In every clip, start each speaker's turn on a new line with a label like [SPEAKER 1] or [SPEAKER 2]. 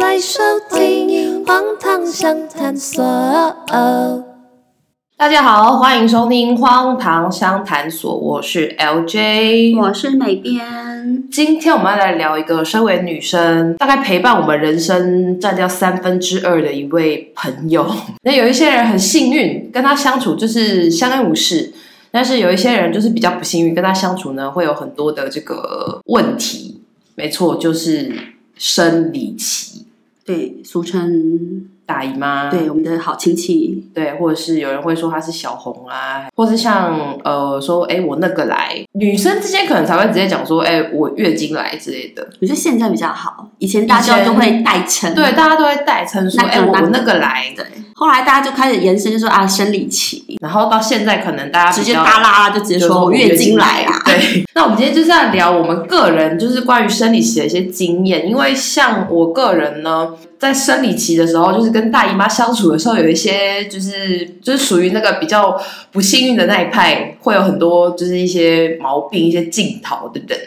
[SPEAKER 1] 来收听《荒唐想探索》。
[SPEAKER 2] 大家好，欢迎收听《荒唐商谈所》，我是 LJ。
[SPEAKER 3] 我是美编，
[SPEAKER 2] 今天我们要来聊一个身为女生，大概陪伴我们人生占掉三分之二的一位朋友。 那有一些人很幸运，跟他相处就是相安无事；但是有一些人就是比较不幸运，跟他相处呢会有很多的这个问题。没错，就是生理期，
[SPEAKER 3] 对，俗称
[SPEAKER 2] 大姨妈。
[SPEAKER 3] 对我们的好亲戚，
[SPEAKER 2] 对，或者是有人会说她是小红啊，或是像呃说，哎、我那个来，女生之间可能才会直接讲说，哎、我月经来之类的。
[SPEAKER 3] 我觉得现在比较好，以前大家
[SPEAKER 2] 以前
[SPEAKER 3] 都会代称，
[SPEAKER 2] 对，大家都会代称说，
[SPEAKER 3] 那个
[SPEAKER 2] 哎、我
[SPEAKER 3] 那个
[SPEAKER 2] 我那个来，
[SPEAKER 3] 对，后来大家就开始延伸，就说啊生理期，
[SPEAKER 2] 然后到现在可能大家比
[SPEAKER 3] 直接
[SPEAKER 2] 较
[SPEAKER 3] 大拉拉就直接
[SPEAKER 2] 就是
[SPEAKER 3] 说
[SPEAKER 2] 我
[SPEAKER 3] 我
[SPEAKER 2] 月
[SPEAKER 3] 月
[SPEAKER 2] 经
[SPEAKER 3] 经来啊，
[SPEAKER 2] 对， 那我们今天就是要聊我们个人就是关于生理期的一些经验，因为像我个人呢，在生理期的时候，就是跟大姨妈相处的时候，有一些就是就是属于那个比较不幸运的那一派，会有很多就是一些毛病、一些镜头的人。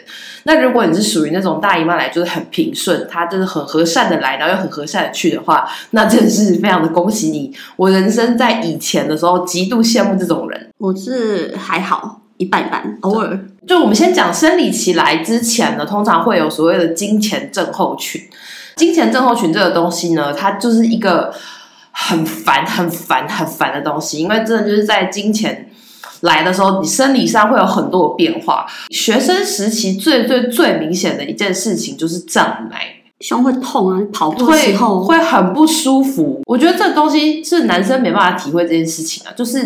[SPEAKER 2] 那如果你是属于那种大姨妈来就是很平顺，她就是很和善的来，然后又很和善的去的话，那真的是非常的恭喜你。我人生在以前的时候极度羡慕这种人。
[SPEAKER 3] 我是还好，一半一半，偶尔
[SPEAKER 2] 就我们先讲生理期来之前呢，通常会有所谓的金钱症候群。金钱症候群这个东西呢，它就是一个很烦、很烦、很烦的东西，因为真的就是在金钱来的时候，你生理上会有很多的变化。学生时期最最最明显的一件事情就是胀奶。
[SPEAKER 3] 胸会痛啊，跑步的
[SPEAKER 2] 会
[SPEAKER 3] 时候
[SPEAKER 2] 会很不舒服，我觉得这东西是男生没办法体会这件事情啊，就是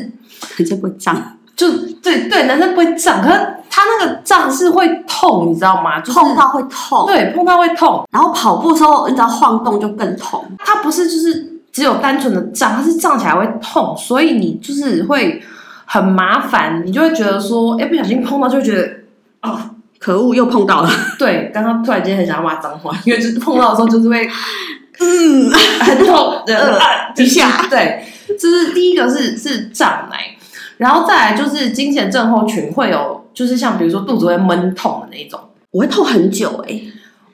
[SPEAKER 3] 很就不会胀，
[SPEAKER 2] 就对对，男生不会胀，可是他那个胀是会痛，你知道吗？就是、
[SPEAKER 3] 痛到会痛，
[SPEAKER 2] 对，碰到会痛。
[SPEAKER 3] 然后跑步的时候，你只要晃动就更痛，
[SPEAKER 2] 它不是就是只有单纯的胀，它是胀起来会痛，所以你就是会很麻烦，你就会觉得说，哎，不小心碰到就会觉得，哦，
[SPEAKER 3] 可恶，又碰到了，
[SPEAKER 2] 对，刚刚突然间很想要骂脏话，因为就是碰到的时候就是会， 嗯，很痛，呃，啊
[SPEAKER 3] 一下，
[SPEAKER 2] 对，就是第一个是是胀奶，然后再来就是金钱症候群会有，就是像比如说肚子会闷痛的那一种。
[SPEAKER 3] 我会痛很久哎、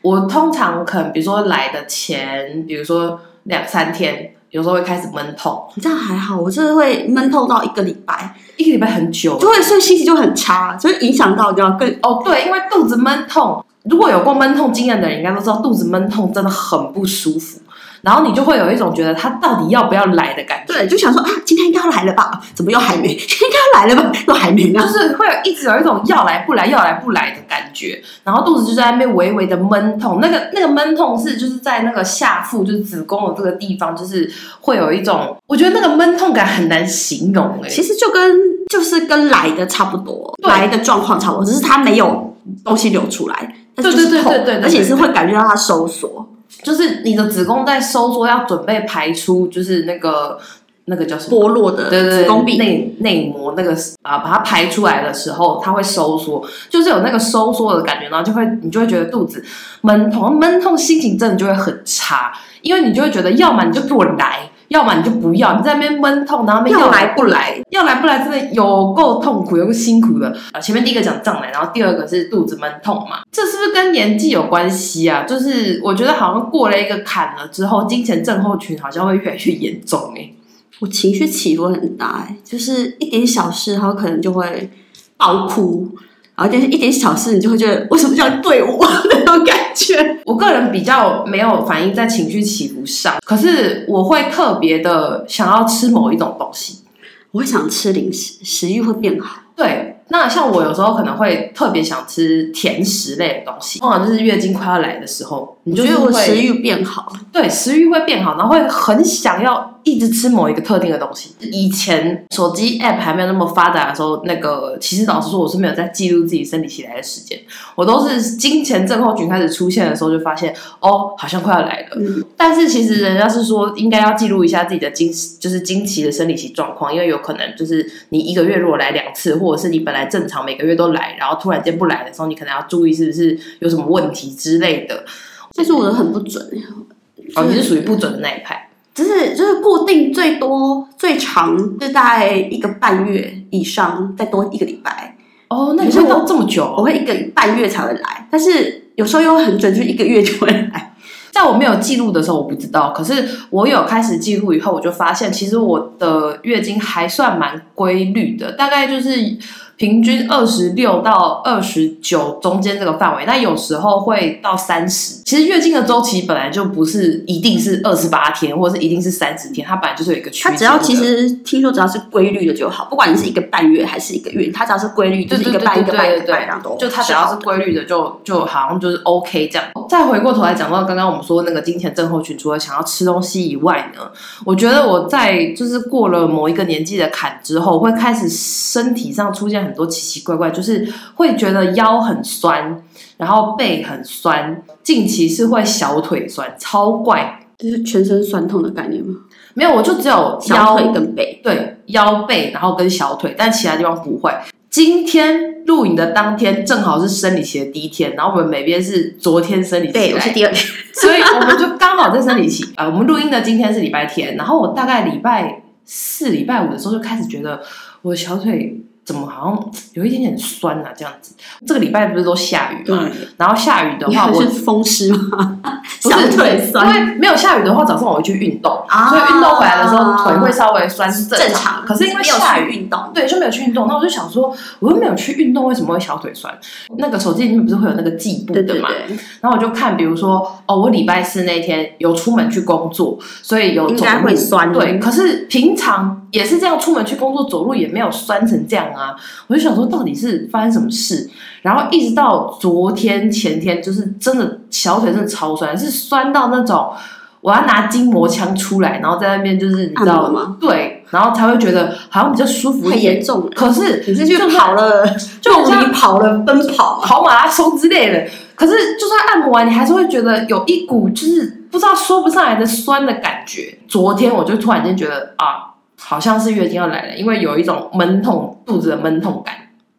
[SPEAKER 2] 我通常可能比如说来的前，比如说两三天，有时候会开始闷痛，
[SPEAKER 3] 这样还好，我真的会闷痛到一个礼拜，
[SPEAKER 2] 一个礼拜很久。
[SPEAKER 3] 就会所以心情就很差，就会影响到就要更
[SPEAKER 2] 哦，对，因为肚子闷痛，如果有过闷痛经验的人，应该都知道肚子闷痛真的很不舒服，然后你就会有一种觉得它到底要不要来的感觉，
[SPEAKER 3] 对，就想说啊，今天应该要来了吧？怎么又还没？ 今天应该要来了吧？又还没呢
[SPEAKER 2] 就？是会有一直有一种要来不来、要来不来的感觉，然后肚子就在那边微微的闷痛，那个那个闷痛是就是在那个下腹，就是子宫的这个地方，就是会有一种，我觉得那个闷痛感很难形容、欸，
[SPEAKER 3] 其实就跟就是跟来的差不多，
[SPEAKER 2] 对
[SPEAKER 3] 来的状况差不多，只是它没有东西流出来，但是就是
[SPEAKER 2] 对对对
[SPEAKER 3] 痛
[SPEAKER 2] 对对对
[SPEAKER 3] 而且是会感觉到它收缩。
[SPEAKER 2] 就是你的子宫在收缩，要准备排出，就是那个那个叫什么？
[SPEAKER 3] 剥落的
[SPEAKER 2] 对对对，
[SPEAKER 3] 子宫壁，
[SPEAKER 2] 内内膜那个啊，把它排出来的时候，它会收缩，就是有那个收缩的感觉，然后就会你就会觉得肚子闷痛，闷痛心情真的就会很差，因为你就会觉得，要么你就给我来，要么你就不要，你在那边闷痛，然后那边
[SPEAKER 3] 要
[SPEAKER 2] 要
[SPEAKER 3] 来不来？
[SPEAKER 2] 要来不来真的有够痛苦，有够辛苦的。呃，前面第一个讲胀奶，然后第二个是肚子闷痛嘛，这是不是跟年纪有关系啊？就是我觉得好像过了一个坎了之后，金钱症候群好像会越来越严重哎、
[SPEAKER 3] 我情绪起伏很大、欸，就是一点小事，然后可能就会爆哭，然后但是一点小事，你就会觉得为什么这样对我 那种感觉。
[SPEAKER 2] 我个人比较没有反应在情绪起伏上，可是我会特别的想要吃某一种东西，
[SPEAKER 3] 我会想吃零食，食欲会变好。
[SPEAKER 2] 对，那像我有时候可能会特别想吃甜食类的东西，通常就是月经快要来的时候，你
[SPEAKER 3] 我
[SPEAKER 2] 就
[SPEAKER 3] 觉
[SPEAKER 2] 是
[SPEAKER 3] 得我
[SPEAKER 2] 会
[SPEAKER 3] 食欲变好，
[SPEAKER 2] 对，食欲会变好，然后会很想要一直吃某一个特定的东西。以前手机 app 还没有那么发达的时候，那个其实老实说，我是没有在记录自己生理期来的时间，我都是金钱症候群开始出现的时候就发现，哦，好像快要来了。
[SPEAKER 3] 嗯
[SPEAKER 2] 但是其实人家是说，应该要记录一下自己的经，就是经期的生理期状况，因为有可能就是你一个月如果来两次，或者是你本来正常每个月都来，然后突然间不来的时候，你可能要注意是不是有什么问题之类的。
[SPEAKER 3] 但是我的很不准欸，
[SPEAKER 2] 哦，你是属于不准的那一派。
[SPEAKER 3] 只是就是固定最多最长就大概一个半月以上，再多一个礼拜，
[SPEAKER 2] 哦，那
[SPEAKER 3] 可
[SPEAKER 2] 你
[SPEAKER 3] 是
[SPEAKER 2] 会
[SPEAKER 3] 我
[SPEAKER 2] 到这么久、
[SPEAKER 3] 我会一个半月才会来，但是有时候又会很准，就一个月就会来。
[SPEAKER 2] 在我没有记录的时候，我不知道。可是我有开始记录以后，我就发现，其实我的月经还算蛮规律的，大概就是平均二十六到二十九中间这个范围。那有时候会到三十。其实月经的周期本来就不是一定是二十八天，或者是一定是三十天，它本来就是有一个区间
[SPEAKER 3] 它
[SPEAKER 2] 的。
[SPEAKER 3] 只要其实听说只要是规律的就好，不管你是一个半月还是一个月，它只要是规律，就
[SPEAKER 2] 对对
[SPEAKER 3] 是
[SPEAKER 2] 对
[SPEAKER 3] 一个
[SPEAKER 2] 对
[SPEAKER 3] 半一个半一
[SPEAKER 2] 对
[SPEAKER 3] 个半，然
[SPEAKER 2] 对
[SPEAKER 3] 后，
[SPEAKER 2] 就它只
[SPEAKER 3] 啊
[SPEAKER 2] 要是规律的，就就好像就是 OK 这样。再回过头来讲到刚刚我们说那个金钱症候群，除了想要吃东西以外呢，我觉得我在就是过了某一个年纪的坎之后，会开始身体上出现很多奇奇怪怪，就是会觉得腰很酸，然后背很酸，近期是会小腿酸，超怪。
[SPEAKER 3] 就是全身酸痛的概念吗？
[SPEAKER 2] 没有，我就只有
[SPEAKER 3] 小
[SPEAKER 2] 腰
[SPEAKER 3] 腿跟背，
[SPEAKER 2] 对腰背，然后跟小腿，但其他地方不会。今天录影的当天正好是生理期的第一天，然后我们每边是昨天生理期
[SPEAKER 3] 对，我是
[SPEAKER 2] 来，
[SPEAKER 3] 第二天，
[SPEAKER 2] 所以我们就刚好在生理期。 呃，我们录音的今天是礼拜天，然后我大概礼拜四、礼拜五的时候就开始觉得我的小腿怎么好像有一点点酸啊，这样子。这个礼拜不是都下雨
[SPEAKER 3] 嗯
[SPEAKER 2] 嘛，然后下雨的
[SPEAKER 3] 你
[SPEAKER 2] 话
[SPEAKER 3] 好
[SPEAKER 2] 我
[SPEAKER 3] 像是风湿吗？
[SPEAKER 2] 不
[SPEAKER 3] 小
[SPEAKER 2] 是
[SPEAKER 3] 腿酸，
[SPEAKER 2] 因为没有下雨的话，早上我会去运动，
[SPEAKER 3] 啊哦
[SPEAKER 2] 所以运动回来的时候腿会稍微酸是
[SPEAKER 3] 正
[SPEAKER 2] 常
[SPEAKER 3] 常。
[SPEAKER 2] 的，可是因为下雨
[SPEAKER 3] 没有去运动，
[SPEAKER 2] 对，就没有去运动。那我就想说，我又没有去运动，为什么会小腿酸？那个手机里面不是会有那个计步
[SPEAKER 3] 对
[SPEAKER 2] 的
[SPEAKER 3] 对
[SPEAKER 2] 嘛？
[SPEAKER 3] 对，
[SPEAKER 2] 然后我就看，比如说，哦，我礼拜四那天有出门去工作，所以有
[SPEAKER 3] 应
[SPEAKER 2] 走
[SPEAKER 3] 该
[SPEAKER 2] 路
[SPEAKER 3] 会。酸的。
[SPEAKER 2] 对，可是平常也是这样，出门去工作走路也没有酸成这样啊。我就想说，到底是发生什么事？然后一直到昨天、前天，就是真的小腿真的超酸，是酸到那种我要拿筋膜枪出来，然后在那边就是你知
[SPEAKER 3] 按摩
[SPEAKER 2] 道
[SPEAKER 3] 吗
[SPEAKER 2] 对，然后才会觉得好像比较舒服
[SPEAKER 3] 太
[SPEAKER 2] 一点。
[SPEAKER 3] 严重了。
[SPEAKER 2] 可是
[SPEAKER 3] 你是去跑了，
[SPEAKER 2] 就很像
[SPEAKER 3] 你跑了奔跑啊，
[SPEAKER 2] 跑马拉松之类的，可是就算按摩完，你还是会觉得有一股就是不知道说不上来的酸的感觉。昨天我就突然间觉得啊，好像是月经要来了，因为有一种闷痛，肚子的闷痛感。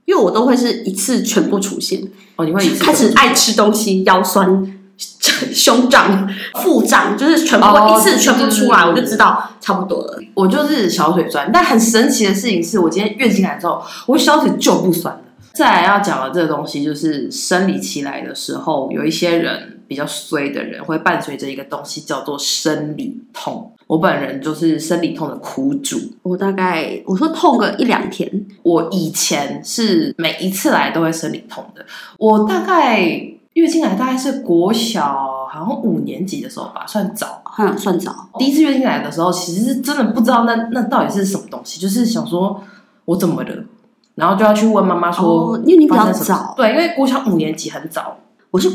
[SPEAKER 3] 因为我都会是一次全部出现，
[SPEAKER 2] 哦，你会一次
[SPEAKER 3] 开始爱吃东西，腰酸。 胸胀、腹胀，就是全部
[SPEAKER 2] 哦
[SPEAKER 3] 一次全部出
[SPEAKER 2] 对对
[SPEAKER 3] 来，
[SPEAKER 2] 对
[SPEAKER 3] 我就知道差不多了。
[SPEAKER 2] 我就是小腿酸，但很神奇的事情是我今天月经来之后，我小腿就不酸了。再来要讲的这个东西，就是生理期来的时候，有一些人比较衰的人会伴随着一个东西叫做生理痛。我本人就是生理痛的苦主，
[SPEAKER 3] 我大概我说痛个一两天，
[SPEAKER 2] 我以前是每一次来都会生理痛的，我大概月经来大概是国小好像五年级的时候吧，算早。
[SPEAKER 3] 好像算早，
[SPEAKER 2] 第一次月经来的时候，其实是真的不知道那那到底是什么东西，就是想说我怎么了，然后就要去问妈妈说、
[SPEAKER 3] 哦因为你比较
[SPEAKER 2] 发生什么
[SPEAKER 3] 早
[SPEAKER 2] 对，因为国小五年级很早，
[SPEAKER 3] 我是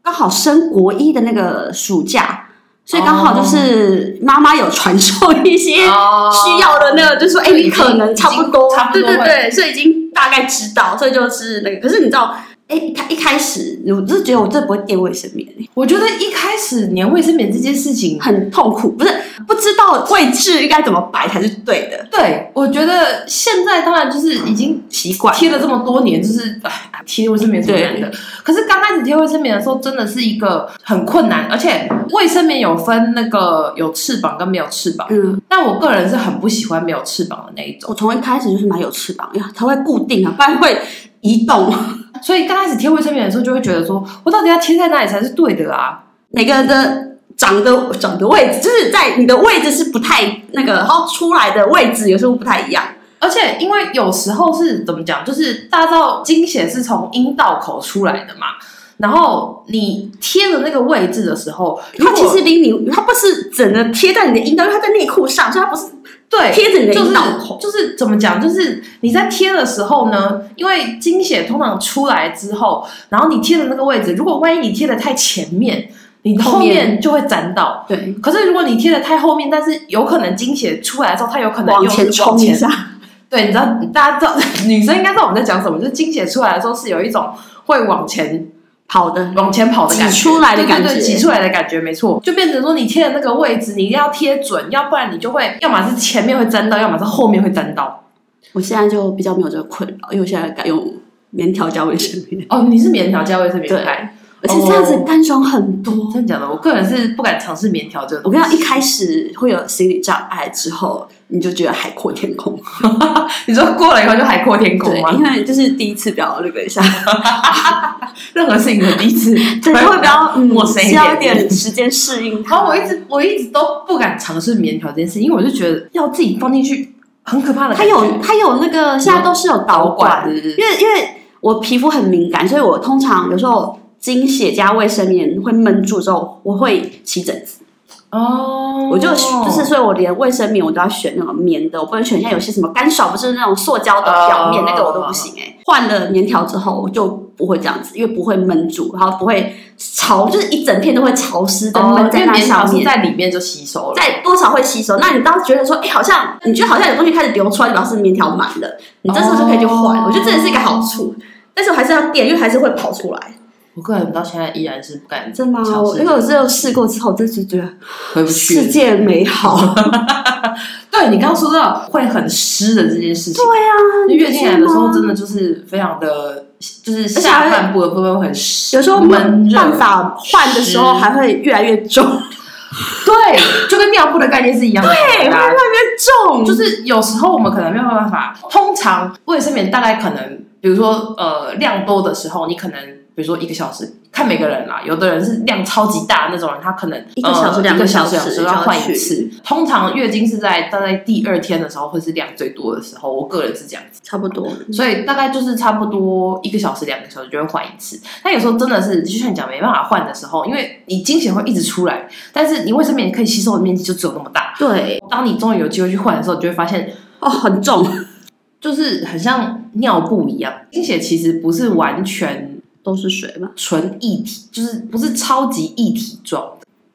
[SPEAKER 3] 刚好升国一的那个暑假，所以刚好就是
[SPEAKER 2] 哦
[SPEAKER 3] 妈妈有传授一些需要的那个，就说哎、
[SPEAKER 2] 已经
[SPEAKER 3] 你可能差不多，
[SPEAKER 2] 已经差不多
[SPEAKER 3] 对对
[SPEAKER 2] 会
[SPEAKER 3] 对，所以已经大概知道，所以就是那个。可是你知道，哎、他一开始我就觉得我这不会垫卫生棉，
[SPEAKER 2] 我觉得一开始粘卫生棉这件事情，
[SPEAKER 3] 很痛苦，不是不知道位置应该怎么摆才是对的。
[SPEAKER 2] 对我觉得现在当然就是已经
[SPEAKER 3] 习惯
[SPEAKER 2] 贴了这么多年，就是哎贴卫生棉挺难的。可是刚开始贴卫生棉的时候，真的是一个很困难，而且卫生棉有分那个有翅膀跟没有翅膀，
[SPEAKER 3] 嗯，
[SPEAKER 2] 但我个人是很不喜欢没有翅膀的那一种。
[SPEAKER 3] 我从一开始就是买有翅膀，哎呀，它会固定啊，不然会移动。
[SPEAKER 2] 所以刚开始贴卫生棉的时候，就会觉得说我到底要贴在哪里才是对的啊？
[SPEAKER 3] 每个人的长的长的位置，就是在你的位置是不太那个，然后出来的位置有时候不太一样。
[SPEAKER 2] 而且因为有时候是怎么讲，就是大家知道经血是从阴道口出来的嘛，然后你贴的那个位置的时候，
[SPEAKER 3] 它
[SPEAKER 2] 如
[SPEAKER 3] 其
[SPEAKER 2] 果
[SPEAKER 3] 实离你，它不是整个贴在你的阴道，因为它在内裤上，所以它不是
[SPEAKER 2] 对
[SPEAKER 3] 贴着你的
[SPEAKER 2] 就是
[SPEAKER 3] 阴道口。
[SPEAKER 2] 就是怎么讲，就是你在贴的时候呢，因为经血通常出来之后，然后你贴的那个位置，如果万一你贴的太前面，你的后
[SPEAKER 3] 后面
[SPEAKER 2] 面就会沾到。
[SPEAKER 3] 对，
[SPEAKER 2] 可是如果你贴的太后面，但是有可能经血出来的时候，它有可能
[SPEAKER 3] 往
[SPEAKER 2] 又
[SPEAKER 3] 前
[SPEAKER 2] 是往
[SPEAKER 3] 冲一
[SPEAKER 2] 前
[SPEAKER 3] 下，
[SPEAKER 2] 对，你知道大家知道 女生应该知道我们在讲什么，就是经血出来的时候是有一种会往前
[SPEAKER 3] 跑的
[SPEAKER 2] 往前跑的感觉，
[SPEAKER 3] 挤出来的感觉
[SPEAKER 2] 对对对挤出来的感觉，没错，就变成说你贴的那个位置，你一定要贴准，要不然你就会要么是前面会沾到，要么是后面会沾到。
[SPEAKER 3] 我现在就比较没有这个困扰，因为我现在改用棉条加卫生棉。
[SPEAKER 2] 哦，你是棉条加卫生棉
[SPEAKER 3] 对
[SPEAKER 2] 带。
[SPEAKER 3] 而且这样子
[SPEAKER 2] 哦
[SPEAKER 3] 单双很多。
[SPEAKER 2] 真的假的？我个人是不敢尝试棉条这个东
[SPEAKER 3] 我
[SPEAKER 2] 西。
[SPEAKER 3] 跟你讲，一开始会有心理障碍，之后你就觉得海阔天空。
[SPEAKER 2] 你说过了以后就海阔天空
[SPEAKER 3] 对，
[SPEAKER 2] 吗
[SPEAKER 3] 因？为就是第一次不要那个一下，
[SPEAKER 2] 任何事情的第一次，
[SPEAKER 3] 对，会比较嗯
[SPEAKER 2] 陌生一
[SPEAKER 3] 需要一
[SPEAKER 2] 点
[SPEAKER 3] 点时间适应它。
[SPEAKER 2] 然后我一直我一直都不敢尝试棉条这件事，因为我就觉得要自己放进去很可怕的
[SPEAKER 3] 它
[SPEAKER 2] 感觉。
[SPEAKER 3] 有它有那个现在都是有导管，
[SPEAKER 2] 对对对
[SPEAKER 3] 因为因为我皮肤很敏感，所以我通常有时候经血加卫生棉会闷住之后，我会起疹子。
[SPEAKER 2] 哦，
[SPEAKER 3] 我就就是，所以我连卫生棉我都要选那种棉的，我不能选像有些什么干爽，不是那种塑胶的表面、
[SPEAKER 2] 哦
[SPEAKER 3] 那个我都不行哎、换了棉条之后，我就不会这样子，因为不会闷住，然后不会潮，就是一整片都会潮湿跟
[SPEAKER 2] 哦
[SPEAKER 3] 闷，
[SPEAKER 2] 因
[SPEAKER 3] 在
[SPEAKER 2] 为
[SPEAKER 3] 那
[SPEAKER 2] 棉条
[SPEAKER 3] 上
[SPEAKER 2] 是
[SPEAKER 3] 面。
[SPEAKER 2] 在里面就吸收了。
[SPEAKER 3] 在多少会吸收，那你当时觉得说，哎、好像你觉得好像有东西开始流出来，就表示棉条满了，你这时候就可以去换。
[SPEAKER 2] 哦
[SPEAKER 3] 我觉得这也是一个好处，但是我还是要垫，因为还是会跑出来。
[SPEAKER 2] 我个人到现在依然是不敢
[SPEAKER 3] 真的吗？
[SPEAKER 2] 尝
[SPEAKER 3] 我
[SPEAKER 2] 试
[SPEAKER 3] 因为，我只有试过之后，我真是觉得
[SPEAKER 2] 回不去了
[SPEAKER 3] 世。界 美好。
[SPEAKER 2] 对你刚刚说到会很湿的这件事情，
[SPEAKER 3] 对啊，
[SPEAKER 2] 因为月经来的时候
[SPEAKER 3] 你知道吗
[SPEAKER 2] 真的就是非常的，就是
[SPEAKER 3] 而且还
[SPEAKER 2] 下
[SPEAKER 3] 会
[SPEAKER 2] 半部的部分会很湿，
[SPEAKER 3] 有时候没
[SPEAKER 2] 闷
[SPEAKER 3] 有
[SPEAKER 2] 热，
[SPEAKER 3] 办法换的时候，还会越来越重，
[SPEAKER 2] 对，就跟尿布的概念是一样的。对
[SPEAKER 3] 哎越来越重，
[SPEAKER 2] 就是是有时候我们可能没有办法，通常卫生棉大概可能，比如说呃量多的时候，你可能比如说一个小时，看每个人啦，有的人是量超级大那种人，他可能
[SPEAKER 3] 一个小时
[SPEAKER 2] 呃
[SPEAKER 3] 两
[SPEAKER 2] 一
[SPEAKER 3] 个
[SPEAKER 2] 个
[SPEAKER 3] 小
[SPEAKER 2] 小
[SPEAKER 3] 时
[SPEAKER 2] 时时
[SPEAKER 3] 就要
[SPEAKER 2] 要换
[SPEAKER 3] 去
[SPEAKER 2] 一次。通常月经是在大概第二天的时候会是量最多的时候，我个人是这样子，
[SPEAKER 3] 差不多。
[SPEAKER 2] 所以大概就是差不多一个小时两个小时就会换一次。但有时候真的是就像你讲没办法换的时候，因为你经血会一直出来，但是你卫生棉可以吸收的面积就只有那么大。
[SPEAKER 3] 对，
[SPEAKER 2] 当你终于有机会去换的时候，你就会发现
[SPEAKER 3] 哦，很重，
[SPEAKER 2] 就是很像尿布一样，经血其实不是完全
[SPEAKER 3] 都是水嘛。
[SPEAKER 2] 纯液体，就是不是超级液体状。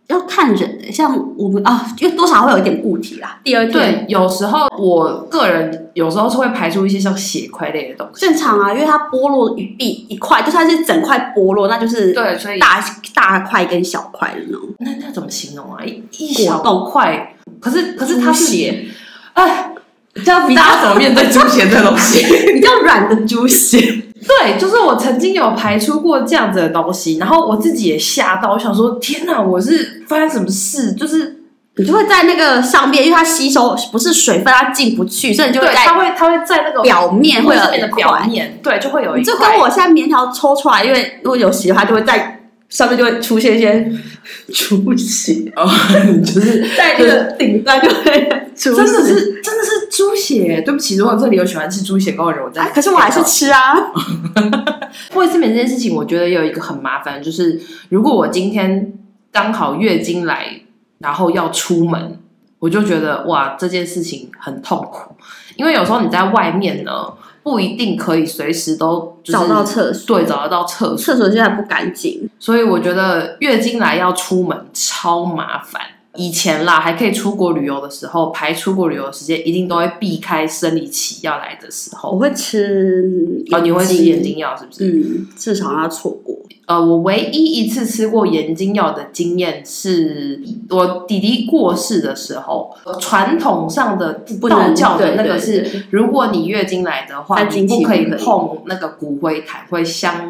[SPEAKER 3] 要看人欸，像我们啊，因为多少会有一点固体啦。第二天
[SPEAKER 2] 对，有时候我个人有时候是会排出一些像血块类的东西。
[SPEAKER 3] 正常啊，因为它剥落一臂一块，就算是整块剥落，那就是
[SPEAKER 2] 对，所以
[SPEAKER 3] 大大块跟小块的那种。
[SPEAKER 2] 那那怎么形容啊？一一
[SPEAKER 3] 果
[SPEAKER 2] 小块，可是可是它
[SPEAKER 3] 猪血
[SPEAKER 2] 是，哎，教大家怎么面对猪血这东 西。
[SPEAKER 3] 比较软的猪血，
[SPEAKER 2] 对，就是我曾经有排出过这样子的东西，然后我自己也吓到，我想说天哪，我是发生什么事？就是
[SPEAKER 3] 你就会在那个上面，因为它吸收不是水分，它进不去，所以你就
[SPEAKER 2] 对，它
[SPEAKER 3] 在
[SPEAKER 2] 会它会在那个
[SPEAKER 3] 表面会
[SPEAKER 2] 会
[SPEAKER 3] 有
[SPEAKER 2] 有的
[SPEAKER 3] 一
[SPEAKER 2] 表
[SPEAKER 3] 块。
[SPEAKER 2] 面，对，就会有一
[SPEAKER 3] 就
[SPEAKER 2] 块
[SPEAKER 3] 跟我现在棉条抽出来，因为如果有血的话，就会在上面就会出现一些出血，
[SPEAKER 2] 哦，就是
[SPEAKER 3] 在这个顶端就会出血。
[SPEAKER 2] 真的是真的是猪血，对不起，如果这里有喜欢吃猪血糕的人，我
[SPEAKER 3] 啊
[SPEAKER 2] 在，
[SPEAKER 3] 可是我还是吃啊。
[SPEAKER 2] 卫生棉这件事情，我觉得有一个很麻烦，就是如果我今天刚好月经来，然后要出门，我就觉得哇，这件事情很痛苦，因为有时候你在外面呢，不一定可以随时都、就是、
[SPEAKER 3] 找到厕所
[SPEAKER 2] 对，找得到厕所。
[SPEAKER 3] 厕所现在不干净，
[SPEAKER 2] 所以我觉得月经来要出门超麻烦。以前啦，还可以出国旅游的时候，排出国旅游的时间一定都会避开生理期要来的时
[SPEAKER 3] 我
[SPEAKER 2] 候。
[SPEAKER 3] 会吃
[SPEAKER 2] 哦，你会吃眼睛药是不是？
[SPEAKER 3] 嗯，至少要错过。
[SPEAKER 2] 呃，我唯一一次吃过眼睛药的经验是，我弟弟过世的时候，传统上的
[SPEAKER 3] 不
[SPEAKER 2] 道
[SPEAKER 3] 能
[SPEAKER 2] 教的
[SPEAKER 3] 对
[SPEAKER 2] 那个
[SPEAKER 3] 对
[SPEAKER 2] 是
[SPEAKER 3] 对对
[SPEAKER 2] 如果你月经来的话，
[SPEAKER 3] 在经
[SPEAKER 2] 你
[SPEAKER 3] 期
[SPEAKER 2] 不可以
[SPEAKER 3] 不可以
[SPEAKER 2] 碰那个骨灰坛，会相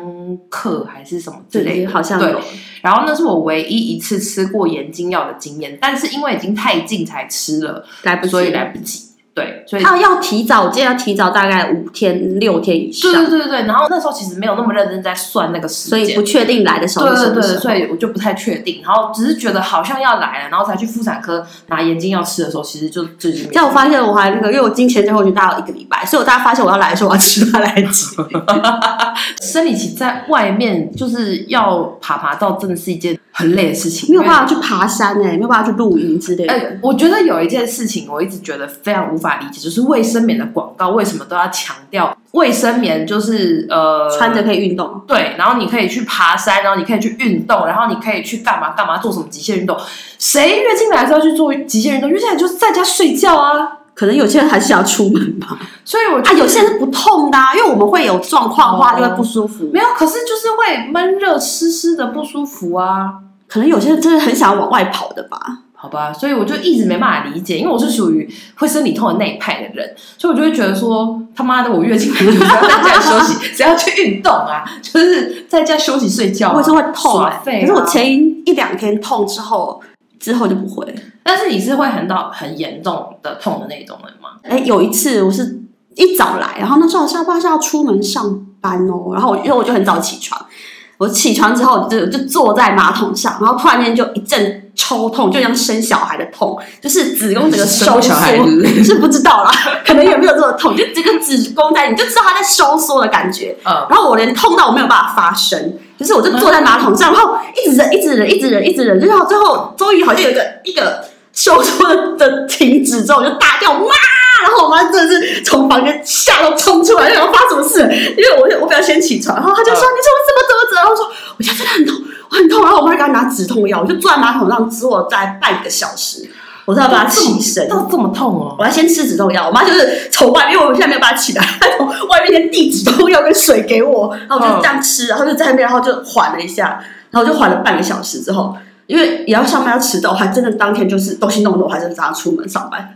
[SPEAKER 2] 克还是什么之类
[SPEAKER 3] 对，
[SPEAKER 2] 的，
[SPEAKER 3] 好像
[SPEAKER 2] 对
[SPEAKER 3] 有。
[SPEAKER 2] 然后那是我唯一一次吃过盐津药的经验，但是因为已经太近才吃了，
[SPEAKER 3] 来不及，
[SPEAKER 2] 所以来不及。对，所以
[SPEAKER 3] 他要提早，我记得要提早大概五天六天以
[SPEAKER 2] 对
[SPEAKER 3] 上，
[SPEAKER 2] 对对对对。然后那时候其实没有那么认真在算那个时
[SPEAKER 3] 所
[SPEAKER 2] 间，
[SPEAKER 3] 以不确定来的时候
[SPEAKER 2] 对
[SPEAKER 3] 是什
[SPEAKER 2] 对
[SPEAKER 3] 么
[SPEAKER 2] 对，
[SPEAKER 3] 时候。
[SPEAKER 2] 所以我就不太确定。然后只是觉得好像要来了，然后才去妇产科拿盐津药吃的时候，其实就就已经没
[SPEAKER 3] 这样我发现我还那个，因为我经前症候群大概有一个礼拜，所以我大概发现我要来的时候，我要吃它来 吃。
[SPEAKER 2] 生理期在外面就是要爬爬照，真的是一件很累的事情，
[SPEAKER 3] 没有
[SPEAKER 2] 因为
[SPEAKER 3] 办法去爬山哎、没有办法去露营之类的。
[SPEAKER 2] 哎、我觉得有一件事情我一直觉得非常无法理解，就是卫生棉的广告为什么都要强调卫生棉就是呃
[SPEAKER 3] 穿着可以运动，
[SPEAKER 2] 对，然后你可以去爬山，然后你可以去运动，然后你可以去干嘛干嘛做什么极限运动。谁月经来是要去做极限运动？月经来就是在家睡觉啊。
[SPEAKER 3] 可能有些人还是要出门吧。
[SPEAKER 2] 所以我
[SPEAKER 3] 啊，
[SPEAKER 2] 觉得
[SPEAKER 3] 有些人是不痛的、啊，因为我们会有状况的话
[SPEAKER 2] 哦
[SPEAKER 3] 就会不舒服。
[SPEAKER 2] 没有，可是就是会闷热湿湿的不舒服啊。
[SPEAKER 3] 可能有些人真的很想往外跑的吧。
[SPEAKER 2] 好吧，所以我就一直没办法理解，因为我是属于会生理痛的那一派的人，所以我就会觉得说，他妈的，我月经来就是要在家里休 息，谁要去运动啊？就是在家休息睡觉、啊，
[SPEAKER 3] 我也是会痛、
[SPEAKER 2] 耍
[SPEAKER 3] 欸，
[SPEAKER 2] 废啊
[SPEAKER 3] 可是我前一两天痛之后，之后就不会。
[SPEAKER 2] 但是你是会很到很严重的痛的那种人吗？
[SPEAKER 3] 哎，有一次我是一早来，然后那时候我下班是要出门上班哦，然后我因为我就很早起床，我起床之后我就就坐在马桶上，然后突然间就一阵抽痛，就像生小孩的痛，就是子宫整 个
[SPEAKER 2] 生
[SPEAKER 3] 收
[SPEAKER 2] 小孩
[SPEAKER 3] 缩
[SPEAKER 2] 是不是
[SPEAKER 3] 是不知道啦， 可能有没有这种痛，就这个子宫在你就知道它在收缩的感觉，
[SPEAKER 2] 嗯，
[SPEAKER 3] 然后我连痛到我没有办法发声，就是我就坐在马桶上，然后一直忍，一直忍，一直忍，一直忍，然后最后终于好像有一个一个收缩的的停止之后，我就大叫妈，然后我妈真的是从房间吓到冲出来，然后发生什么事？因为我我比较先起床，然后她就说、
[SPEAKER 2] 嗯
[SPEAKER 3] 你怎么怎么怎么怎么，然后我说我现在真的很痛，我很痛，然后我妈就给她拿止痛药，我就坐在马桶上坐了大概半个小时，我都要把它起身。
[SPEAKER 2] 到这么痛哦、
[SPEAKER 3] 我要先吃止痛药，我妈就是从外面，因为我现在没有办法起来，她从外面先递止痛药跟水给我，然后我就这样吃，然后就在那边，然后就缓了一下，然后就缓了半个小时之后，因为也要上班要迟到，我还真的当天就是东西弄弄，我还是早上出门上班，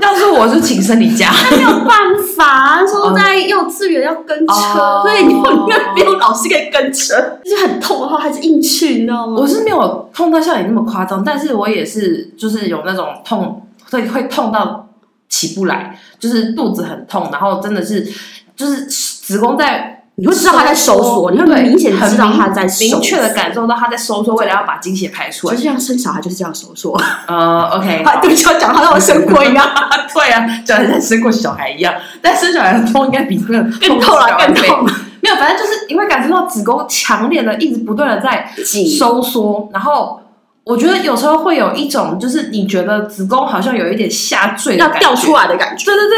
[SPEAKER 2] 要是我就请生理假，
[SPEAKER 3] 没有办法，那时候在幼稚园要跟车，
[SPEAKER 2] 哦
[SPEAKER 3] 所以你后面没有老师可以跟车，就是很痛，然后还是硬去，你知道吗
[SPEAKER 2] 我？是没有痛到像你那么夸张，但是我也是就是有那种痛，会会痛到起不来，就是肚子很痛，然后真的是就是子宫在
[SPEAKER 3] 你会知道它在收缩，你会
[SPEAKER 2] 对
[SPEAKER 3] 明显
[SPEAKER 2] 很
[SPEAKER 3] 知道它在收缩
[SPEAKER 2] 明确的感受到它在收缩，为了要把经血排出
[SPEAKER 3] 就
[SPEAKER 2] 来
[SPEAKER 3] 是。像生小孩就是这样收 缩，
[SPEAKER 2] 呃，OK，
[SPEAKER 3] 啊对不起，我讲好像我 生过一样。
[SPEAKER 2] 对啊，就好 像生过小孩一样，但生小孩的痛应该比那个
[SPEAKER 3] 更痛了，
[SPEAKER 2] 小
[SPEAKER 3] 更
[SPEAKER 2] 孩
[SPEAKER 3] 痛
[SPEAKER 2] 倍。没有，反正就是因为感受到子宫强烈的一直不断的在
[SPEAKER 3] 挤
[SPEAKER 2] 收缩，然后我觉得有时候会有一种，就是你觉得子宫好像有一点下坠，
[SPEAKER 3] 要掉出
[SPEAKER 2] 来。
[SPEAKER 3] 来的感觉。
[SPEAKER 2] 对对对对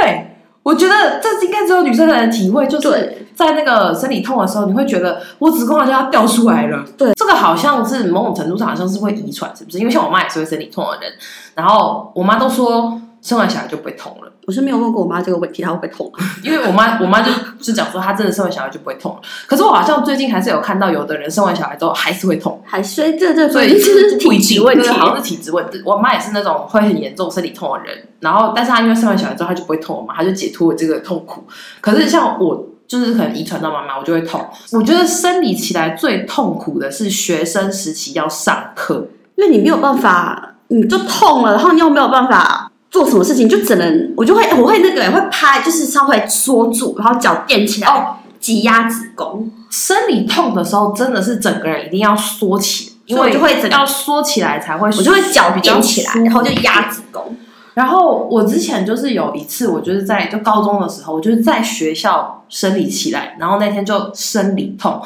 [SPEAKER 2] 对对对，我觉得这应该只有女生才能体会，就是
[SPEAKER 3] 对
[SPEAKER 2] 在那个生理痛的时候，你会觉得我子宫好像要掉出来了。
[SPEAKER 3] 对，
[SPEAKER 2] 这个好像是某种程度上好像是会遗传，是不是？因为像我妈也是会生理痛的人，然后我妈都说生完小孩就不会痛了。
[SPEAKER 3] 我是没有问过我妈这个问题，她会不会痛？啊
[SPEAKER 2] 因为我妈，我妈就就讲说，她真的生完小孩就不会痛了。可是我好像最近还是有看到，有的人生完小孩之后还是会痛，
[SPEAKER 3] 还所以这这
[SPEAKER 2] 所
[SPEAKER 3] 所
[SPEAKER 2] 以
[SPEAKER 3] 以就是
[SPEAKER 2] 不一
[SPEAKER 3] 体
[SPEAKER 2] 定
[SPEAKER 3] 质问题
[SPEAKER 2] 对。啊好像是体质问题。我妈也是那种会很严重生理痛的人，然后但是她因为生完小孩之后，她就不会痛了嘛，她就解脱了这个痛苦。可是像我。就是可能遗传到妈妈，我就会痛。我觉得生理起来最痛苦的是学生时期要上课，
[SPEAKER 3] 因为你没有办法，你就痛了，然后你又没有办法做什么事情，就只能我就会我会那个会拍，就是稍微缩住，然后脚垫起来，
[SPEAKER 2] 哦
[SPEAKER 3] 挤压子宫。
[SPEAKER 2] 生理痛的时候真的是整个人一定要缩起来，因
[SPEAKER 3] 所以
[SPEAKER 2] 为
[SPEAKER 3] 我就会整个
[SPEAKER 2] 要缩起来才会，
[SPEAKER 3] 我就会脚
[SPEAKER 2] 比较
[SPEAKER 3] 垫起来，
[SPEAKER 2] 舒服
[SPEAKER 3] 然后就压子宫。
[SPEAKER 2] 然后我之前就是有一次，我就是在就高中的时候，我就是在学校生理起来，然后那天就生理痛，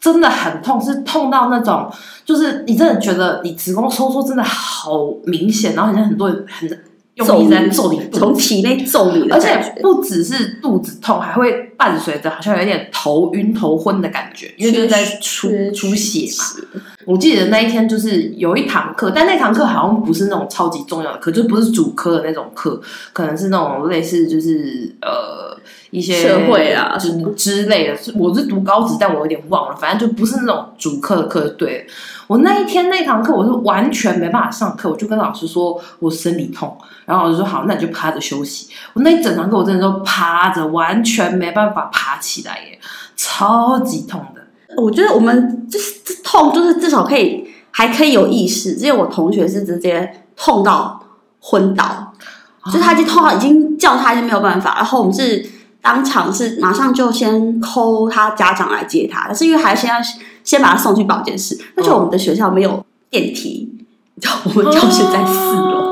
[SPEAKER 2] 真的很痛，是痛到那种，就是你真的觉得你子宫收缩真的好明显，然后好像很多人很用力在揍你肚
[SPEAKER 3] 从
[SPEAKER 2] 子，
[SPEAKER 3] 体内揍你的
[SPEAKER 2] 而
[SPEAKER 3] 感
[SPEAKER 2] 且
[SPEAKER 3] 觉，
[SPEAKER 2] 不只是肚子痛，还会伴随着好像有点头晕头昏的感觉，因为就是在出出血嘛。
[SPEAKER 3] 嘛。
[SPEAKER 2] 我记得那一天就是有一堂课，但那堂课好像不是那种超级重要的课，就不是主科的那种课，可能是那种类似就是呃一些
[SPEAKER 3] 社会啊
[SPEAKER 2] 之之类的。我是读高职，但我有点忘了，反正就不是那种主课的课。对我那一天那堂课，我是完全没办法上课，我就跟老师说我生理痛，然后老师说好，那你就趴着休息。我那一整堂课我真的都趴着，完全没办法爬起来耶，超级痛的。
[SPEAKER 3] 我觉得我们就是这痛，就是至少可以还可以有意识。因为我同学是直接痛到昏倒，
[SPEAKER 2] 哦
[SPEAKER 3] 就是他已经痛到已经叫他已经没有办法，然后我们是当场是马上就先 call 他家长来接他，但是因为还先要先把他送去保健室，但是我们的学校没有电梯，你知道我们教室在四楼。
[SPEAKER 2] 哦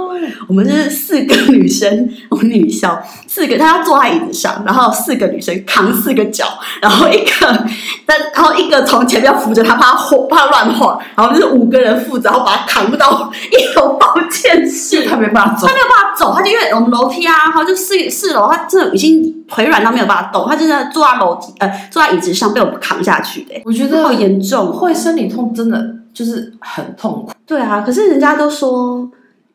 [SPEAKER 3] 我们是四个女生， 我们女校四个，她要坐在椅子上，然后四个女生扛四个脚，然后一个， 但然后一个从前面扶着她，怕她晃，怕她乱晃，然后就是五个人负责，然后把她扛到一楼保健室，
[SPEAKER 2] 他没办法走
[SPEAKER 3] 他没有办法走，他就因为我们楼梯啊，然后就四四楼，他真的已经腿软到没有办法动，他就在坐在楼梯呃坐在椅子上被我们扛下去的、欸
[SPEAKER 2] 我觉得
[SPEAKER 3] 好严重哦。
[SPEAKER 2] 会生理痛真的就是很痛苦。
[SPEAKER 3] 对啊，可是人家都说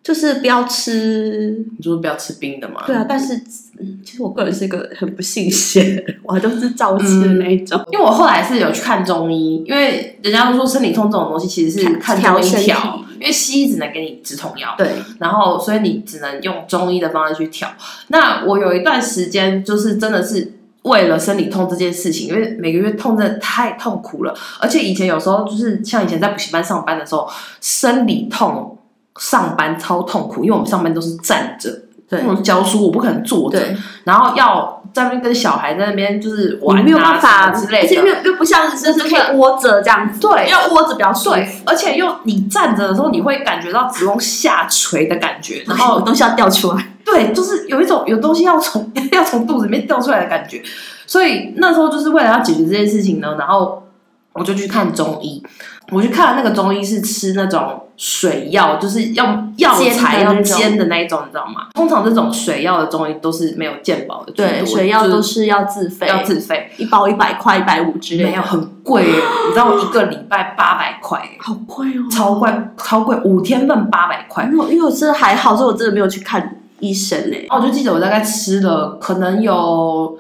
[SPEAKER 3] 就是不要吃，
[SPEAKER 2] 你说不要吃冰的嘛？
[SPEAKER 3] 对啊，但是、嗯、其实我个人是一个很不信邪的人，我都是照吃的那一种。
[SPEAKER 2] 因为我后来是有去看中医，因为人家都说生理痛这种东西其实是
[SPEAKER 3] 看
[SPEAKER 2] 看中医
[SPEAKER 3] 调身体
[SPEAKER 2] 调，因为西医只能给你止痛药，
[SPEAKER 3] 对，
[SPEAKER 2] 然后所以你只能用中医的方式去调。那我有一段时间就是真的是为了生理痛这件事情，因为每个月痛真的太痛苦了，而且以前有时候就是像以前在补习班上班的时候，生理痛上班超痛苦，因为我们上班都是站着。
[SPEAKER 3] 对
[SPEAKER 2] 那种教书我不可能坐着，
[SPEAKER 3] 对，
[SPEAKER 2] 然后要在那边跟小孩在那边就是玩、啊、
[SPEAKER 3] 你没有办法，
[SPEAKER 2] 什么之类
[SPEAKER 3] 而且
[SPEAKER 2] 的，
[SPEAKER 3] 又又不像是就是可以窝着这样子，
[SPEAKER 2] 对
[SPEAKER 3] 要窝着比较舒服。
[SPEAKER 2] 对，而且又你站着的时候，你会感觉到子宫下垂的感觉，然
[SPEAKER 3] 然后
[SPEAKER 2] 后
[SPEAKER 3] 东西要掉出来，
[SPEAKER 2] 对，就是有一种有东西要从 要从肚子里面掉出来的感觉。所以那时候就是为了要解决这件事情呢，然后我就去看中医。我去看了那个中医是吃那种水药，就是要药材
[SPEAKER 3] 煎的
[SPEAKER 2] 要
[SPEAKER 3] 那种
[SPEAKER 2] 煎的那一种，你知道吗？通常这种水药的中医都是没有健保的，最多
[SPEAKER 3] 水药
[SPEAKER 2] 就
[SPEAKER 3] 都
[SPEAKER 2] 是
[SPEAKER 3] 是要自费，
[SPEAKER 2] 要自费，
[SPEAKER 3] 一包一百块、一百五之类
[SPEAKER 2] 没有
[SPEAKER 3] 的，
[SPEAKER 2] 很贵耶，你知道我一个礼拜八百块耶，
[SPEAKER 3] 好贵哦
[SPEAKER 2] 超贵超贵，五天份八百块。
[SPEAKER 3] 因为我因为我真的还好，所以我真的没有去看医生欸呢。
[SPEAKER 2] 哦，我就记得我大概吃了可能有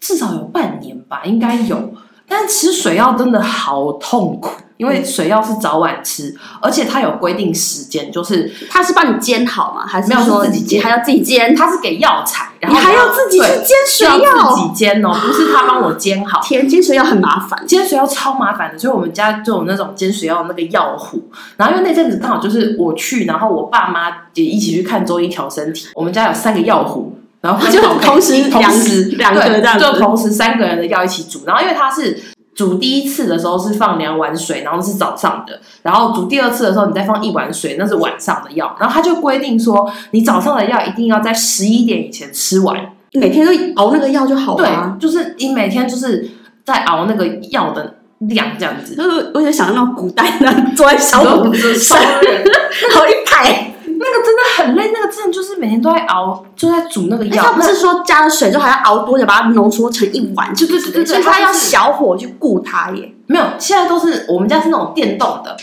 [SPEAKER 2] 至少有半年吧，应该有。但是吃水药真的好痛苦，因
[SPEAKER 3] 嗯
[SPEAKER 2] 为水药是早晚吃，而且它有规定时间，就是
[SPEAKER 3] 他是帮你煎好吗？还是
[SPEAKER 2] 没有
[SPEAKER 3] 说
[SPEAKER 2] 是自己煎
[SPEAKER 3] 还要自己煎？
[SPEAKER 2] 它是给药材，然
[SPEAKER 3] 你
[SPEAKER 2] 后
[SPEAKER 3] 还要自己去
[SPEAKER 2] 对
[SPEAKER 3] 煎水
[SPEAKER 2] 要自
[SPEAKER 3] 药？
[SPEAKER 2] 己煎哦，不是他帮我煎好。
[SPEAKER 3] 甜煎水药很麻烦，
[SPEAKER 2] 煎水药超麻烦的，所以我们家就有那种煎水药的那个药壶。然后因为那阵子刚好就是我去，然后我爸妈也一起去看中医调身体。我们家有三个药壶，然后
[SPEAKER 3] 就
[SPEAKER 2] 刚好可以
[SPEAKER 3] 同时
[SPEAKER 2] 同
[SPEAKER 3] 两
[SPEAKER 2] 时
[SPEAKER 3] 两个
[SPEAKER 2] 对
[SPEAKER 3] 这样子
[SPEAKER 2] 就同时三个人的药一起煮。然后因为它是煮第一次的时候是放两碗水，然后是早上的；然后煮第二次的时候你再放一碗水，那是晚上的药。然后他就规定说，你早上的药一定要在十一点以前吃完。
[SPEAKER 3] 每天都熬那个药就好了、啊。
[SPEAKER 2] 对，就是你每天就是在熬那个药的量这样子。
[SPEAKER 3] 就是我就想那种古代的坐在小
[SPEAKER 2] 小
[SPEAKER 3] 火
[SPEAKER 2] 虎
[SPEAKER 3] 车
[SPEAKER 2] 子
[SPEAKER 3] 上，然后一排。
[SPEAKER 2] 那个真的很累，那个真的就是每天都在熬，就在煮那个
[SPEAKER 3] 哎他
[SPEAKER 2] 药。
[SPEAKER 3] 不是说加了水之后还要熬多久把它浓缩成一碗？
[SPEAKER 2] 对对对对对
[SPEAKER 3] 所以
[SPEAKER 2] 它
[SPEAKER 3] 他要
[SPEAKER 2] 就是
[SPEAKER 3] 小火去顾它耶。
[SPEAKER 2] 那没有，现在都是我们家是那种电动的，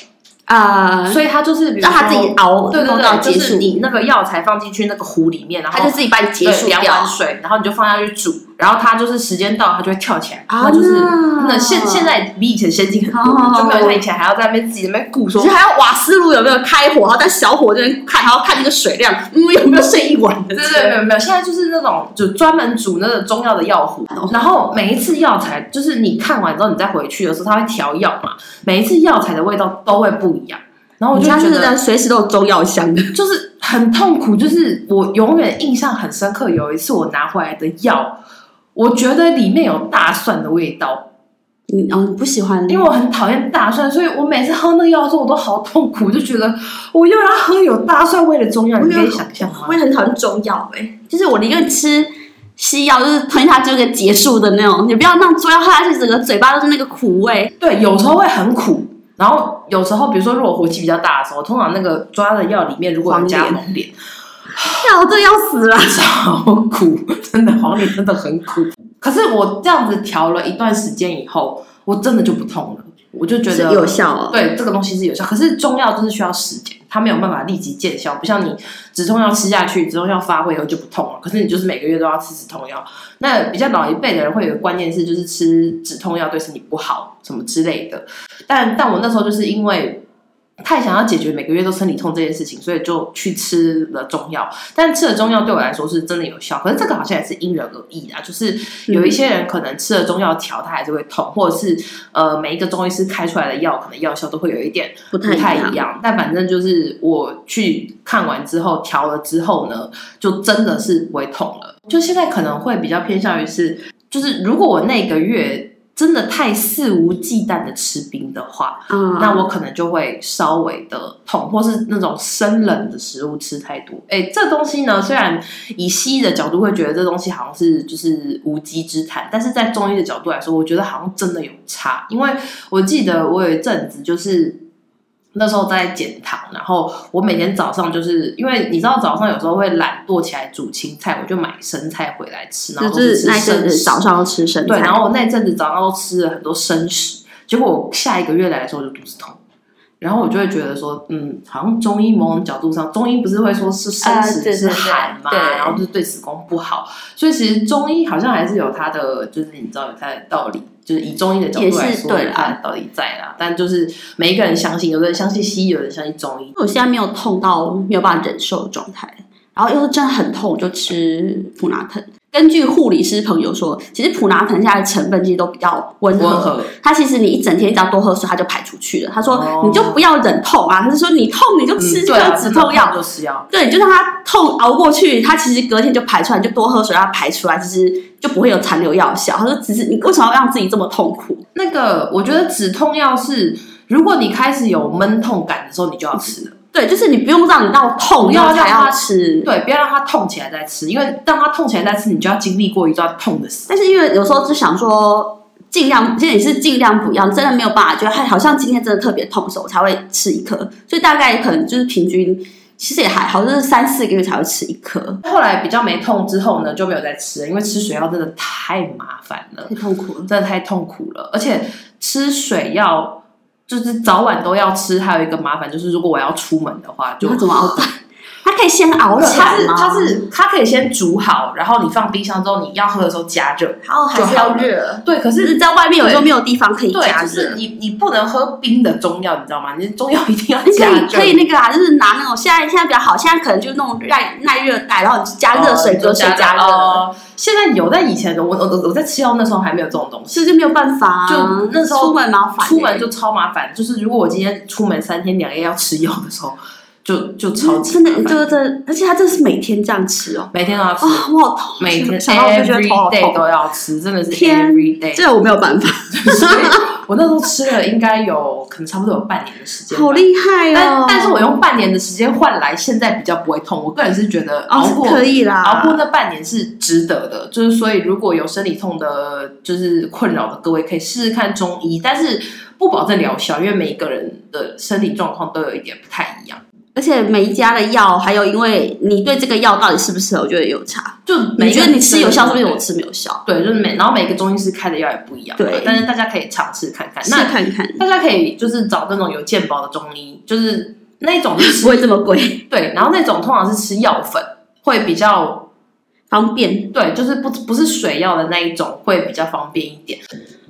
[SPEAKER 3] 啊，
[SPEAKER 2] 所以它就是比如
[SPEAKER 3] 让它自
[SPEAKER 2] 说
[SPEAKER 3] 己熬，
[SPEAKER 2] 对
[SPEAKER 3] 熬
[SPEAKER 2] 对
[SPEAKER 3] 到
[SPEAKER 2] 对，
[SPEAKER 3] 结
[SPEAKER 2] 就是
[SPEAKER 3] 束，
[SPEAKER 2] 你那个药材放进去那个壶里面，然后
[SPEAKER 3] 它就自己把你结束
[SPEAKER 2] 对两
[SPEAKER 3] 掉
[SPEAKER 2] 碗。水，然后你就放下去煮，然后它就是时间到，它就会跳起来，
[SPEAKER 3] 啊
[SPEAKER 2] 它就是那现现在比以前先进很多，
[SPEAKER 3] 哦
[SPEAKER 2] 就没有像以前还要在那边自己在那边顾说
[SPEAKER 3] 就是。还要瓦斯炉有没有开火，然后在小火这边看，然后看那个水量，嗯，有没有剩一碗的？
[SPEAKER 2] 对对，没有没有，现在就是那种就专门煮那个中药的药壶，
[SPEAKER 3] 哦
[SPEAKER 2] 然后每一次药材就是你看完之后，你再回去的时候，它会调药嘛，每一次药材的味道都会不一样。然后我
[SPEAKER 3] 我
[SPEAKER 2] 就
[SPEAKER 3] 家
[SPEAKER 2] 觉
[SPEAKER 3] 是
[SPEAKER 2] 得
[SPEAKER 3] 在随时都有中药香的。
[SPEAKER 2] 就是很痛苦，就是我永远印象很深刻。有一次我拿回来的药，我觉得里面有大蒜的味道，
[SPEAKER 3] 嗯，哦，你不喜欢？
[SPEAKER 2] 因为我很讨厌大蒜，所以我每次喝那个药的时候，我都好痛苦，就觉得我又要喝有大蒜味的中药，
[SPEAKER 3] 我
[SPEAKER 2] 你
[SPEAKER 3] 觉
[SPEAKER 2] 可
[SPEAKER 3] 得
[SPEAKER 2] 以想象吗
[SPEAKER 3] 我？也很讨厌中药哎、就是我宁愿吃西药，就是吞下这个结束的那种，你不要让中药喝下去，整个嘴巴都是那个苦 味。
[SPEAKER 2] 对，有时候会很苦，然后有时候，比如说，如果火气比较大的时候，通常那个抓的药里面如果有加
[SPEAKER 3] 黄
[SPEAKER 2] 黄连，
[SPEAKER 3] 要这要死了，
[SPEAKER 2] 超苦，真的黄连真的很苦。可是我这样子调了一段时间以后，我真的就不痛了，我就觉
[SPEAKER 3] 是
[SPEAKER 2] 得
[SPEAKER 3] 有效哦。
[SPEAKER 2] 对这个东西是有效，可是中药就是需要时间，它没有办法立即见效，不像你止痛药吃下去，止痛药发挥以后就不痛了。可是你就是每个月都要吃止痛药。那比较老一辈的人会有一个观念是，就是吃止痛药对身体不好什么之类的。但但我那时候就是因为太想要解决每个月都生理痛这件事情，所以就去吃了中药。但吃了中药对我来说是真的有效，可是这个好像也是因人而异啊。就是有一些人可能吃了中药调，他还是会痛，或者是呃每一个中医师开出来的药，可能药效都会有一点
[SPEAKER 3] 不
[SPEAKER 2] 不
[SPEAKER 3] 太
[SPEAKER 2] 太
[SPEAKER 3] 一样
[SPEAKER 2] 一样。但反正就是我去看完之后调了之后呢，就真的是不会痛了。就现在可能会比较偏向于是，就是如果我那个月真的太肆无忌惮的吃冰的话，
[SPEAKER 3] 啊
[SPEAKER 2] 那我可能就会稍微的痛，或是那种生冷的食物吃太多。哎，这东西呢，虽然以西医的角度会觉得这东西好像是就是无稽之谈，但是在中医的角度来说，我觉得好像真的有差。因为我记得我有一阵子就是那时候在减糖，然后我每天早上就是因为你知道早上有时候会懒惰起来煮青菜，我就买生菜回来吃，然后
[SPEAKER 3] 就
[SPEAKER 2] 都是
[SPEAKER 3] 是
[SPEAKER 2] 吃
[SPEAKER 3] 那一阵
[SPEAKER 2] 生
[SPEAKER 3] 子
[SPEAKER 2] 食
[SPEAKER 3] 早上要吃生
[SPEAKER 2] 对，
[SPEAKER 3] 菜，
[SPEAKER 2] 然后我那一阵子早上都吃了很多生食，结果我下一个月来的时候就肚子痛，然后我就会觉得说，嗯，好像中医某种角度上，中医不是会说是生
[SPEAKER 3] 啊
[SPEAKER 2] 食
[SPEAKER 3] 对
[SPEAKER 2] 是
[SPEAKER 3] 对对
[SPEAKER 2] 寒嘛，
[SPEAKER 3] 对
[SPEAKER 2] 然后就是对子宫不好，所以其实中医好像还是有它的，就是你知道有它的道理就是以中医的角度来
[SPEAKER 3] 也是
[SPEAKER 2] 说，
[SPEAKER 3] 对啦
[SPEAKER 2] 它到底在啦。但就是每一个人相信，有的人相信西医，有的人相信中医。
[SPEAKER 3] 我现在没有痛到没有办法忍受的状态，然后又是真的很痛，我就吃普拿疼。根据护理师朋友说，其实普拿疼现在的成分其实都比较温和，
[SPEAKER 2] 温和，
[SPEAKER 3] 它其实你一整天只要多喝水，它就排出去了。他说、
[SPEAKER 2] 哦
[SPEAKER 3] 你就不要忍痛啊，他就说你痛你就吃
[SPEAKER 2] 嗯
[SPEAKER 3] 就
[SPEAKER 2] 对啊
[SPEAKER 3] 止痛药，
[SPEAKER 2] 就吃药。
[SPEAKER 3] 对，就让它痛熬过去，它其实隔天就排出来，你就多喝水让它排出来，其实就不会有残留药效。他说只是你为什么要让自己这么痛苦？
[SPEAKER 2] 那个，我觉得止痛药是，如果你开始有闷痛感的时候，你就要吃了。
[SPEAKER 3] 对，就是你不用让你到痛
[SPEAKER 2] 不要
[SPEAKER 3] 然后才
[SPEAKER 2] 让它
[SPEAKER 3] 要吃，
[SPEAKER 2] 对，不要让它痛起来再吃，因为让它痛起来再吃，你就要经历过一段痛的死。
[SPEAKER 3] 但是因为有时候就想说，尽量，其实也是尽量不要，真的没有办法，觉得哎，好像今天真的特别痛的时候，我才会吃一颗，所以大概可能就是平均，其实也还好，就是三四个月才会吃一颗，
[SPEAKER 2] 后来比较没痛之后呢，就没有再吃了，因为吃水药真的太麻烦了，
[SPEAKER 3] 太痛苦了。
[SPEAKER 2] 真的太痛苦了。而且吃水药就是早晚都要吃，还有一个麻烦就是，如果我要出门的话，就
[SPEAKER 3] 它怎么 熬的？它可以先熬起
[SPEAKER 2] 它
[SPEAKER 3] 来
[SPEAKER 2] 是
[SPEAKER 3] 吗？
[SPEAKER 2] 它是它可以先煮好，然后你放冰箱之后，你要喝的时候加热。
[SPEAKER 3] 然后还是要热，
[SPEAKER 2] 对，可
[SPEAKER 3] 只
[SPEAKER 2] 是
[SPEAKER 3] 是在外面有时候没有地方可以
[SPEAKER 2] 对，
[SPEAKER 3] 加
[SPEAKER 2] 就是
[SPEAKER 3] 热。
[SPEAKER 2] 你你不能喝冰的中药，你知道吗？你中药一定要
[SPEAKER 3] 你可
[SPEAKER 2] 加
[SPEAKER 3] 以
[SPEAKER 2] 热。
[SPEAKER 3] 可以那个啊，就是拿那种现在现在比较好，现在可能就那种耐耐热袋，然后你加热水、
[SPEAKER 2] 哦
[SPEAKER 3] 隔水
[SPEAKER 2] 就
[SPEAKER 3] 加热，
[SPEAKER 2] 哦现在有，但以前我我我我在吃药那时候还没有这种东西，
[SPEAKER 3] 所以就没有办法啊。
[SPEAKER 2] 就那时候
[SPEAKER 3] 出门麻烦欸，
[SPEAKER 2] 出门就超麻烦。就是如果我今天出门三天两夜要吃药的时候，就就超级
[SPEAKER 3] 真
[SPEAKER 2] 麻
[SPEAKER 3] 的，
[SPEAKER 2] 烦，
[SPEAKER 3] 就这，而且他这是每天这样吃哦，
[SPEAKER 2] 每天都要吃
[SPEAKER 3] 啊，，我好痛，
[SPEAKER 2] 每天
[SPEAKER 3] 想到我就觉得头好
[SPEAKER 2] every day
[SPEAKER 3] 痛，
[SPEAKER 2] 都要吃，真的是
[SPEAKER 3] 天
[SPEAKER 2] every day。
[SPEAKER 3] 这我没有办法，
[SPEAKER 2] 所以我那时候吃了应该有可能差不多有半年的时间吧，
[SPEAKER 3] 好厉害
[SPEAKER 2] 但
[SPEAKER 3] 哦！
[SPEAKER 2] 但是我用半年的时间换来现在比较不会痛，我个人是觉得熬
[SPEAKER 3] 哦
[SPEAKER 2] 过
[SPEAKER 3] 可以啦，
[SPEAKER 2] 熬过那半年是值得的，就是所以如果有生理痛的，就是困扰的各位可以试试看中医，但是不保证疗效，因为每一个人的生理状况都有一点不太一样，
[SPEAKER 3] 而且每一家的药，还有因为你对这个药到底适不适合，我觉得也有差。
[SPEAKER 2] 就每
[SPEAKER 3] 你
[SPEAKER 2] 一个
[SPEAKER 3] 觉
[SPEAKER 2] 人
[SPEAKER 3] 得你吃有效，是不
[SPEAKER 2] 对
[SPEAKER 3] 是我吃没有效？
[SPEAKER 2] 对，就是每然后每个中医师开的药也不一样，
[SPEAKER 3] 对
[SPEAKER 2] 但是大家可以尝试看看。
[SPEAKER 3] 试
[SPEAKER 2] 那
[SPEAKER 3] 看看，
[SPEAKER 2] 大家可以就是找那种有健保的中医，就是那种是
[SPEAKER 3] 不会这么贵，
[SPEAKER 2] 对，然后那种通常是吃药粉会比较
[SPEAKER 3] 方便。
[SPEAKER 2] 对，就是不不是水药的那一种，会比较方便一点。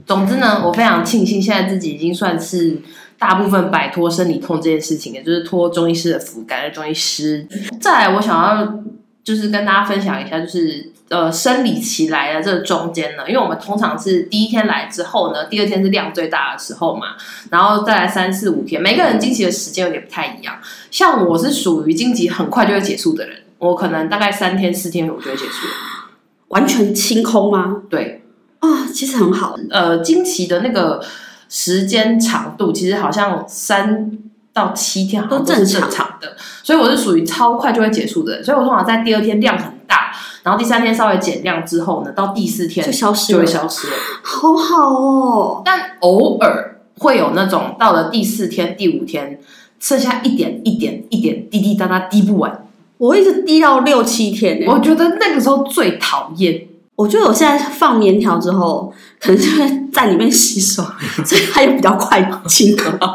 [SPEAKER 2] 总之呢，我非常庆幸现在自己已经算是大部分摆脱生理痛这件事情，也就是托中医师的福，感谢中医师。再来，我想要就是跟大家分享一下，就是呃生理期来的这中间呢，因为我们通常是第一天来之后呢，第二天是量最大的时候嘛，然后再来三四五天，每个人经期的时间有点不太一样。像我是属于经期很快就会结束的人，我可能大概三天四天我就会结束了。
[SPEAKER 3] 完全清空吗？
[SPEAKER 2] 对，
[SPEAKER 3] 啊、其实很好，
[SPEAKER 2] 呃，经期的那个时间长度，其实好像三到七天好像
[SPEAKER 3] 都
[SPEAKER 2] 是
[SPEAKER 3] 正
[SPEAKER 2] 正
[SPEAKER 3] 常
[SPEAKER 2] 常的，所以我是属于超快就会结束的人，所以我通常在第二天量很大，然后第三天稍微减量之后呢，到第四天
[SPEAKER 3] 就消失
[SPEAKER 2] 就
[SPEAKER 3] 了
[SPEAKER 2] 会，消失了，
[SPEAKER 3] 好好哦。
[SPEAKER 2] 但偶尔会有那种到了第四天、第五天，剩下一点一点一点滴滴答答滴不完，
[SPEAKER 3] 我会一直滴到六七天呢、
[SPEAKER 2] 我觉得那个时候最讨厌，
[SPEAKER 3] 我觉得我现在放棉条之后，可能就会在里面洗手，所以它也比较快清空。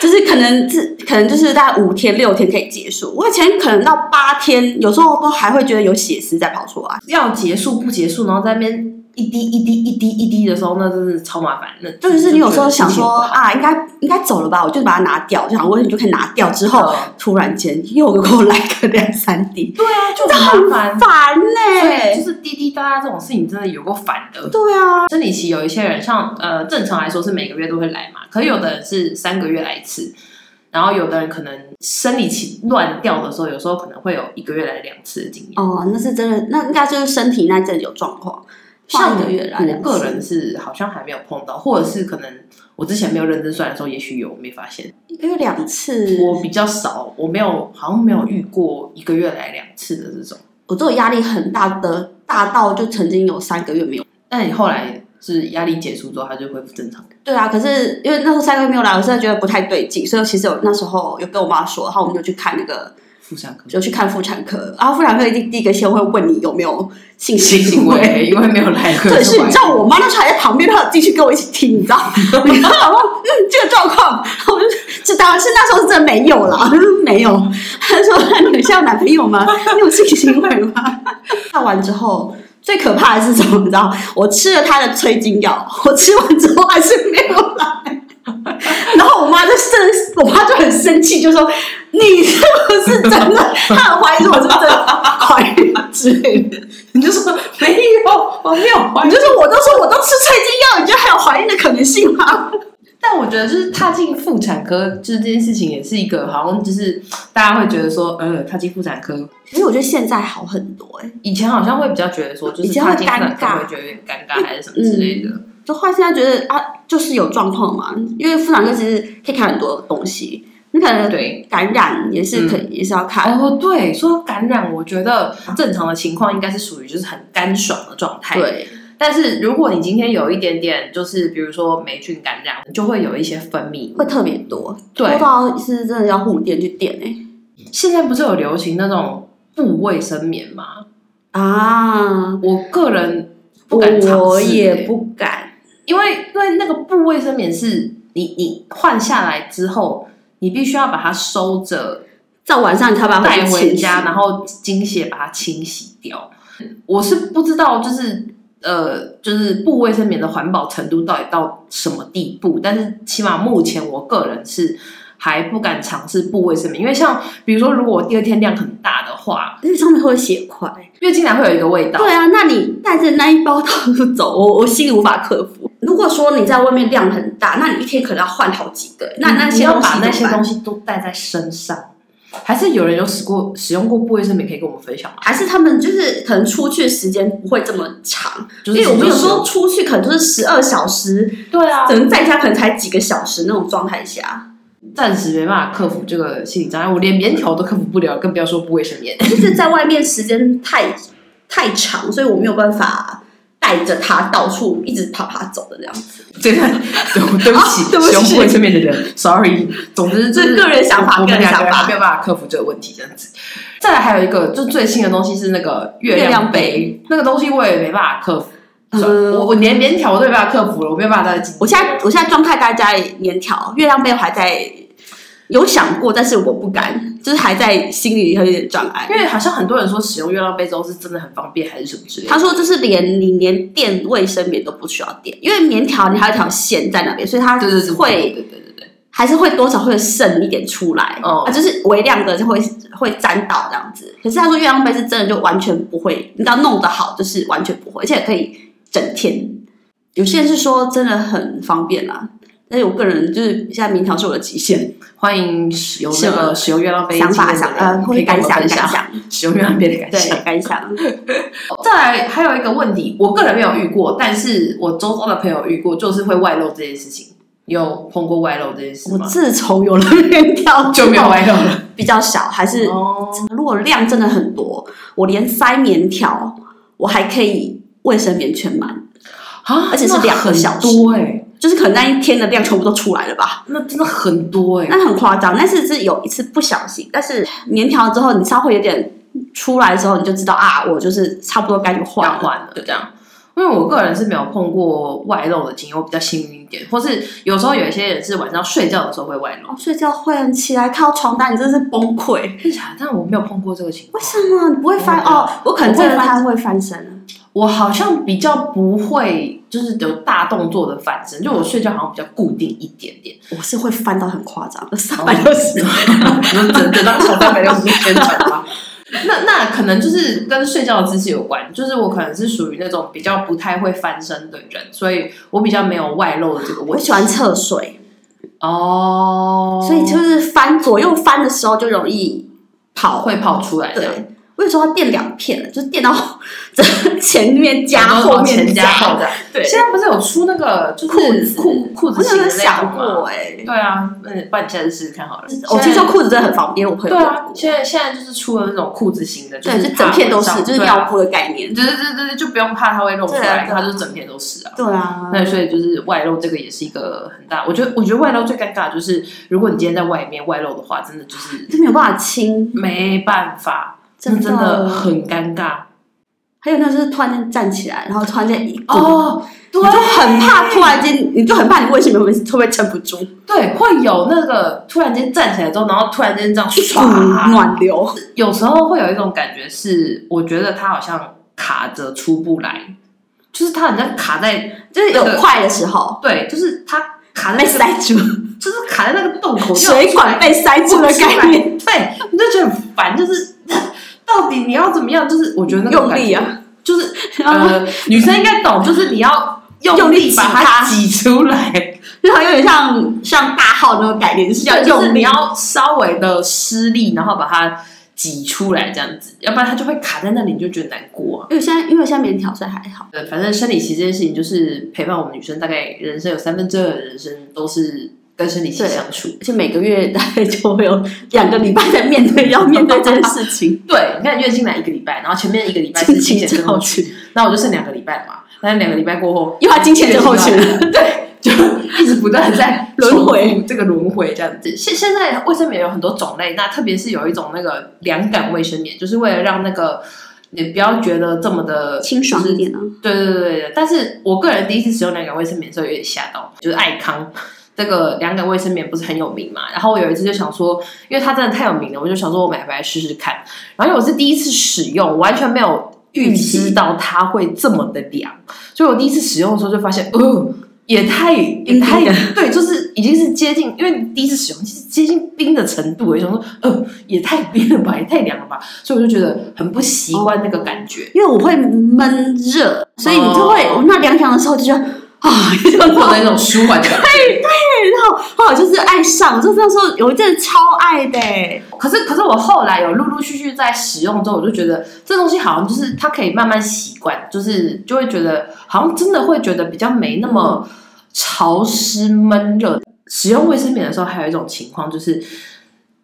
[SPEAKER 3] 就是可能是可能就是大概五天六天可以结束，我以前可能到八天，有时候都还会觉得有血丝在跑出来。
[SPEAKER 2] 要结束不结束，然后在那边。一滴一滴一滴一滴的时候，那真是超麻烦。那
[SPEAKER 3] 就
[SPEAKER 2] 觉
[SPEAKER 3] 是
[SPEAKER 2] 得
[SPEAKER 3] 你有时候想
[SPEAKER 2] 心情不
[SPEAKER 3] 说
[SPEAKER 2] 好
[SPEAKER 3] 啊，应该应该走了吧，我就把它拿掉，就想啊问你就可以拿掉。之后
[SPEAKER 2] 嗯
[SPEAKER 3] 突然间又给我来个两三滴，
[SPEAKER 2] 对啊，就很麻烦。
[SPEAKER 3] 烦呢、
[SPEAKER 2] 对，就是滴滴答答这种事情真的有够烦的。
[SPEAKER 3] 对啊，
[SPEAKER 2] 生理期有一些人像呃，正常来说是每个月都会来嘛，可有的人是三个月来一次，然后有的人可能生理期乱掉的时候，有时候可能会有一个月来两次的经验。
[SPEAKER 3] 哦，那是真的，那应该就是身体那阵有状况。上个月来
[SPEAKER 2] 我
[SPEAKER 3] 两
[SPEAKER 2] 个
[SPEAKER 3] 次
[SPEAKER 2] 人是好像还没有碰到，或者是可能我之前没有认真算的时候，也许有没发现。
[SPEAKER 3] 一个月两次，
[SPEAKER 2] 我比较少，我没有好像没有遇过一个月来两次的这种。
[SPEAKER 3] 我这种压力很大的，大到就曾经有三个月没有。
[SPEAKER 2] 那你后来是压力解除之后，它就恢复正常？
[SPEAKER 3] 对啊，可是因为那时候三个月没有来，我真的觉得不太对劲，所以其实我那时候有跟我妈说，然后我们就去看那个，
[SPEAKER 2] 妇产科
[SPEAKER 3] 就去看妇产科，然后妇产科一定第一个先会问你有没有性
[SPEAKER 2] 性行
[SPEAKER 3] 行为。
[SPEAKER 2] 为，因为没有来 过。
[SPEAKER 3] 对，是你知道我妈那时候还在旁边，她有进去跟我一起听，你知道 吗？你知道吗？嗯，这个状况，然后我就这当然是那时候是真的没有啦， 没有。 她说：“那你有像男朋友吗？你有性行为吗？”看完之后，最可怕的是什么？你知道，我吃了他的催经药，我吃完之后还是没有来。 然后我妈就生，我妈就很生气，就说：“你是不是真的？”她很怀疑我是不是真的怀孕之类的。
[SPEAKER 2] 你就说没
[SPEAKER 3] 哦
[SPEAKER 2] 有，我没有怀孕。
[SPEAKER 3] 你啊就说我都说我都吃催经药，你觉得还有怀孕的可能性吗？
[SPEAKER 2] 但我觉得就是踏进妇产科，就是这件事情也是一个好像就是大家会觉得说，呃，踏进妇产科，
[SPEAKER 3] 其实我觉得现在好很多哎、
[SPEAKER 2] 以前好像会比较觉得说，就
[SPEAKER 3] 以
[SPEAKER 2] 是
[SPEAKER 3] 前会
[SPEAKER 2] 踏进妇产科
[SPEAKER 3] 尴尬嗯
[SPEAKER 2] 会觉得有点尴尬还是什么之类的。
[SPEAKER 3] 就话现在觉得啊，就是有状况嘛，因为妇产科其实可以看很多东西，你可能
[SPEAKER 2] 对，
[SPEAKER 3] 感染也是可、也是要看，
[SPEAKER 2] 哦，对，说到感染，我觉得正常的情况应该是属于就是很干爽的状态。，
[SPEAKER 3] 对，
[SPEAKER 2] 但是如果你今天有一点点，就是比如说霉菌感染，就会有一些分泌物
[SPEAKER 3] 会。特别多，多
[SPEAKER 2] 对，
[SPEAKER 3] 到是真的要护垫去垫哎、
[SPEAKER 2] 现在不是有流行那种布卫生棉吗？
[SPEAKER 3] 啊，
[SPEAKER 2] 我个人不敢尝试、
[SPEAKER 3] 我也，不敢，
[SPEAKER 2] 因为因为那个布卫生棉是你你换下来之后，你必须要把它收着
[SPEAKER 3] 到晚上你才把它
[SPEAKER 2] 带回
[SPEAKER 3] 清洗
[SPEAKER 2] 家，然后精血把它清洗掉。我是不知道，就是呃，就是布卫生棉的环保程度到底到什么地步，但是起码目前我个人是还不敢尝试布卫生棉，因为像比如说，如果我第二天量很大的话，
[SPEAKER 3] 因为上面会有血块。
[SPEAKER 2] 月经来会有一个味道。
[SPEAKER 3] 对啊，那你带着那一包到处走，我我心里无法克服。如果说你在外面量很大，那你一天可能要换好几个。那那
[SPEAKER 2] 嗯你
[SPEAKER 3] 些
[SPEAKER 2] 要把那
[SPEAKER 3] 那
[SPEAKER 2] 些东
[SPEAKER 3] 西，
[SPEAKER 2] 西都带在身上，还是有人有使过使用过布卫生棉可以跟我们分享吗？
[SPEAKER 3] 还是他们就是可能出去时间不会这么长，
[SPEAKER 2] 就是
[SPEAKER 3] 因为我们有时
[SPEAKER 2] 就是
[SPEAKER 3] 候出去可能就是十二小时，
[SPEAKER 2] 对啊
[SPEAKER 3] 可，能在家可能才几个小时那种状 态下，
[SPEAKER 2] 暂时没办法克服这个心理障碍，我连棉条都克服不了，更不要说布卫生棉。
[SPEAKER 3] 就是在外面时间太太长，所以我没有办法带着它到处一直啪啪走的那样。
[SPEAKER 2] 这个 对对不起，
[SPEAKER 3] 啊对不起
[SPEAKER 2] 使用卫生棉的人，sorry。总之，
[SPEAKER 3] 这个人想法
[SPEAKER 2] 我们
[SPEAKER 3] 个人
[SPEAKER 2] 两
[SPEAKER 3] 想
[SPEAKER 2] 个人
[SPEAKER 3] 法
[SPEAKER 2] 还没有办法克服这个问题，这样子。再来还有一个，就最新的东西是那个月
[SPEAKER 3] 月
[SPEAKER 2] 亮
[SPEAKER 3] 亮杯
[SPEAKER 2] 杯，那个东西我也没办法克服。
[SPEAKER 3] 嗯
[SPEAKER 2] 算了我我连棉条我都没办法克服了，我没有办法再进。
[SPEAKER 3] 我现在我现在状态大家棉条，月亮杯我还在有想过，但是我不敢，就是还在心里有一点障碍
[SPEAKER 2] 因。为好像很多人说使用月亮杯之后是真的很方便，还是什么之类的
[SPEAKER 3] 他。说，就是连你连垫卫生棉都不需要垫，因为棉条你还有一条线在那边，所以它
[SPEAKER 2] 对对对，
[SPEAKER 3] 会
[SPEAKER 2] 对对对对。
[SPEAKER 3] 还是会多少会渗一点出来，
[SPEAKER 2] 哦
[SPEAKER 3] 啊，就是微量的就会会沾到这样子。可是他说月亮杯是真的就完全不会，你只要弄得好，就是完全不会，而且可以整天。有些人是说真的很方便啦，但是我个人就是现在棉条是我的极限。
[SPEAKER 2] 欢迎使用那
[SPEAKER 3] 是
[SPEAKER 2] 个使用月亮杯
[SPEAKER 3] 想法
[SPEAKER 2] 经验
[SPEAKER 3] 想
[SPEAKER 2] 的人
[SPEAKER 3] 呃，或
[SPEAKER 2] 可以
[SPEAKER 3] 者
[SPEAKER 2] 跟
[SPEAKER 3] 感
[SPEAKER 2] 我们分
[SPEAKER 3] 想感
[SPEAKER 2] 享
[SPEAKER 3] 想，
[SPEAKER 2] 使用月亮杯的感想
[SPEAKER 3] 对。感想，
[SPEAKER 2] 再来还有一个问题，我个人没有遇过，但是我周遭的朋友遇过，就是会外露这件事情。你有碰过外露这件事
[SPEAKER 3] 我
[SPEAKER 2] 吗？
[SPEAKER 3] 自从有了 面条
[SPEAKER 2] 就没有外露了。
[SPEAKER 3] 比较少，还是
[SPEAKER 2] 哦，
[SPEAKER 3] 如果量真的很多，我连塞棉条我还可以卫生棉全满，
[SPEAKER 2] 啊
[SPEAKER 3] 而且是两个小时
[SPEAKER 2] 那很多哎，
[SPEAKER 3] 就是可能那一天的量全部都出来了吧，
[SPEAKER 2] 那真的很多哎。
[SPEAKER 3] 那很夸张。但是是有一次不小心，但是棉条之后你稍微有点出来的时候，你就知道啊，我就是差不多该去换
[SPEAKER 2] 要
[SPEAKER 3] 了。
[SPEAKER 2] 换了，这样。因为我个人是没有碰过外露的经验，我比较幸运一点，或是有时候有一些人是晚上睡觉的时候会外露，
[SPEAKER 3] 哦，睡觉换起来靠床单，你真是崩溃。
[SPEAKER 2] 真的假的但我没有碰过这个情
[SPEAKER 3] 为
[SPEAKER 2] 况。
[SPEAKER 3] 什么你不会翻？
[SPEAKER 2] 我
[SPEAKER 3] 哦，我可能
[SPEAKER 2] 我会
[SPEAKER 3] 真的
[SPEAKER 2] 翻
[SPEAKER 3] 太会翻身了。
[SPEAKER 2] 我好像比较不会，就是有大动作的反身，就我睡觉好像比较固定一点点。
[SPEAKER 3] 我是会翻到很夸张，
[SPEAKER 2] 哦
[SPEAKER 3] 三百六十。
[SPEAKER 2] 整整张床三百六十度旋转吧。 那那可能就是跟睡觉的姿势有关，就是我可能是属于那种比较不太会翻身的人，所以我比较没有外露的这个问题。
[SPEAKER 3] 我喜欢侧睡，
[SPEAKER 2] 哦，
[SPEAKER 3] 所以就是翻左右翻的时候就容易跑。
[SPEAKER 2] 会跑出来的。
[SPEAKER 3] 对，我有时候要垫两片，就是垫到 前面加
[SPEAKER 2] 然
[SPEAKER 3] 后面
[SPEAKER 2] 前加后的，
[SPEAKER 3] 对，
[SPEAKER 2] 现在不是有出那个就是
[SPEAKER 3] 裤子
[SPEAKER 2] 裤裤
[SPEAKER 3] 我
[SPEAKER 2] 子型的
[SPEAKER 3] 有没有
[SPEAKER 2] 那种
[SPEAKER 3] 想
[SPEAKER 2] 吗？
[SPEAKER 3] 过哎？
[SPEAKER 2] 对啊，那不然你现在试试看好了。
[SPEAKER 3] 我听
[SPEAKER 2] 现在
[SPEAKER 3] 说裤子真的很方便，我朋友
[SPEAKER 2] 对
[SPEAKER 3] 用
[SPEAKER 2] 啊
[SPEAKER 3] 过，
[SPEAKER 2] 现在现在就是出了那种裤子型的，
[SPEAKER 3] 对，
[SPEAKER 2] 是
[SPEAKER 3] 就整片都是，就是尿
[SPEAKER 2] 要，
[SPEAKER 3] 布的概念。
[SPEAKER 2] 对对对对对，就不用怕它会露出来，
[SPEAKER 3] 对啊
[SPEAKER 2] 它就整片都是啊。
[SPEAKER 3] 对啊，
[SPEAKER 2] 那所以就是外露，这个也是一个很大。我觉得，我觉得外露最尴尬的就是，如果你今天在外面外露的话，真的就是
[SPEAKER 3] 就没有办法清，
[SPEAKER 2] 没办法，
[SPEAKER 3] 真
[SPEAKER 2] 真
[SPEAKER 3] 的
[SPEAKER 2] 的很尴尬。
[SPEAKER 3] 还有那就是突然间站起来，然后突然间一滚，
[SPEAKER 2] 哦，对
[SPEAKER 3] 你就很怕突然间，你就很怕你卫生棉会不会会不会撑不住，
[SPEAKER 2] 对，会有那个突然间站起来之后，然后突然间这样
[SPEAKER 3] 一股
[SPEAKER 2] 唰，
[SPEAKER 3] 嗯暖流。
[SPEAKER 2] 有时候会有一种感觉是，我觉得他好像卡着出不来，就是他好像卡在
[SPEAKER 3] 就是有快的时候
[SPEAKER 2] 对，就是他卡在
[SPEAKER 3] 被
[SPEAKER 2] 那个，
[SPEAKER 3] 塞住，
[SPEAKER 2] 就是卡在那个洞口，
[SPEAKER 3] 水管被塞住的概念，
[SPEAKER 2] 念，对，我就觉得很烦，就是 到底你要怎么样？就是我觉得那个
[SPEAKER 3] 用
[SPEAKER 2] 感
[SPEAKER 3] 力
[SPEAKER 2] 觉，
[SPEAKER 3] 啊，
[SPEAKER 2] 就是
[SPEAKER 3] 然后
[SPEAKER 2] 呃，女生应该懂，就是你要
[SPEAKER 3] 用
[SPEAKER 2] 用
[SPEAKER 3] 力
[SPEAKER 2] 力
[SPEAKER 3] 挤
[SPEAKER 2] 把
[SPEAKER 3] 它
[SPEAKER 2] 它挤出来，
[SPEAKER 3] 然后有点像像大号那种概念，就是要
[SPEAKER 2] 对就是
[SPEAKER 3] 用
[SPEAKER 2] 你
[SPEAKER 3] 力，
[SPEAKER 2] 要稍微的施力，然后把它挤出来，这样子，要不然它就会卡在那里，你就觉得难过、啊。
[SPEAKER 3] 因为现在因为我现在免挑，所以还好。
[SPEAKER 2] 对，反正生理期这件事情，就是陪伴我们女生，大概人生有三分之二的人生都是跟生理期
[SPEAKER 3] 对
[SPEAKER 2] 相处。
[SPEAKER 3] 而且每个月大概就会有两个礼拜在面对要面对这件事 情，
[SPEAKER 2] 对，你看月经来一个礼拜，然后前面一个礼拜是
[SPEAKER 3] 金
[SPEAKER 2] 经前
[SPEAKER 3] 钱
[SPEAKER 2] 症
[SPEAKER 3] 症候
[SPEAKER 2] 候群，
[SPEAKER 3] 群，
[SPEAKER 2] 那我就剩两个礼拜嘛。那两个礼拜过后，
[SPEAKER 3] 又要金钱症候群，
[SPEAKER 2] 对， 就一直不断地在
[SPEAKER 3] 轮回
[SPEAKER 2] 重复这个轮回这样子。现现在卫生棉有很多种类，那特别是有一种那个凉感卫生棉，就是为了让那个你不要觉得这么的
[SPEAKER 3] 清爽一。点啊。
[SPEAKER 2] 对对对对对，但是我个人第一次使用凉感卫生棉的时候有点吓到，就是爱康这个凉感卫生棉不是很有名嘛，然后我有一次就想说，因为它真的太有名了，我就想说我买回来试试看。然后因为我是第一次使用，我完全没有预知到它会这么的凉，所以我第一次使用的时候就发现，哦、也太也太、对，就是已经是接近，因为第一次使用是接近冰的程度，我就想说，呃，也太冰了吧，也太凉了吧，所以我就觉得很不习惯那个感觉。
[SPEAKER 3] 因为我会闷热，所以你就会、
[SPEAKER 2] 哦
[SPEAKER 3] 我那凉凉的时候就觉得啊，就
[SPEAKER 2] 就
[SPEAKER 3] 然
[SPEAKER 2] 获
[SPEAKER 3] 后
[SPEAKER 2] 得一种舒缓的感觉。
[SPEAKER 3] 然后后来就是爱上，就那时候有一阵超爱的、欸，
[SPEAKER 2] 可是，可是我后来有陆陆续续在使用之后，我就觉得这东西好像就是它可以慢慢习惯，就是就会觉得好像真的会觉得比较没那么潮湿闷热。使用卫生棉的时候，还有一种情况就是。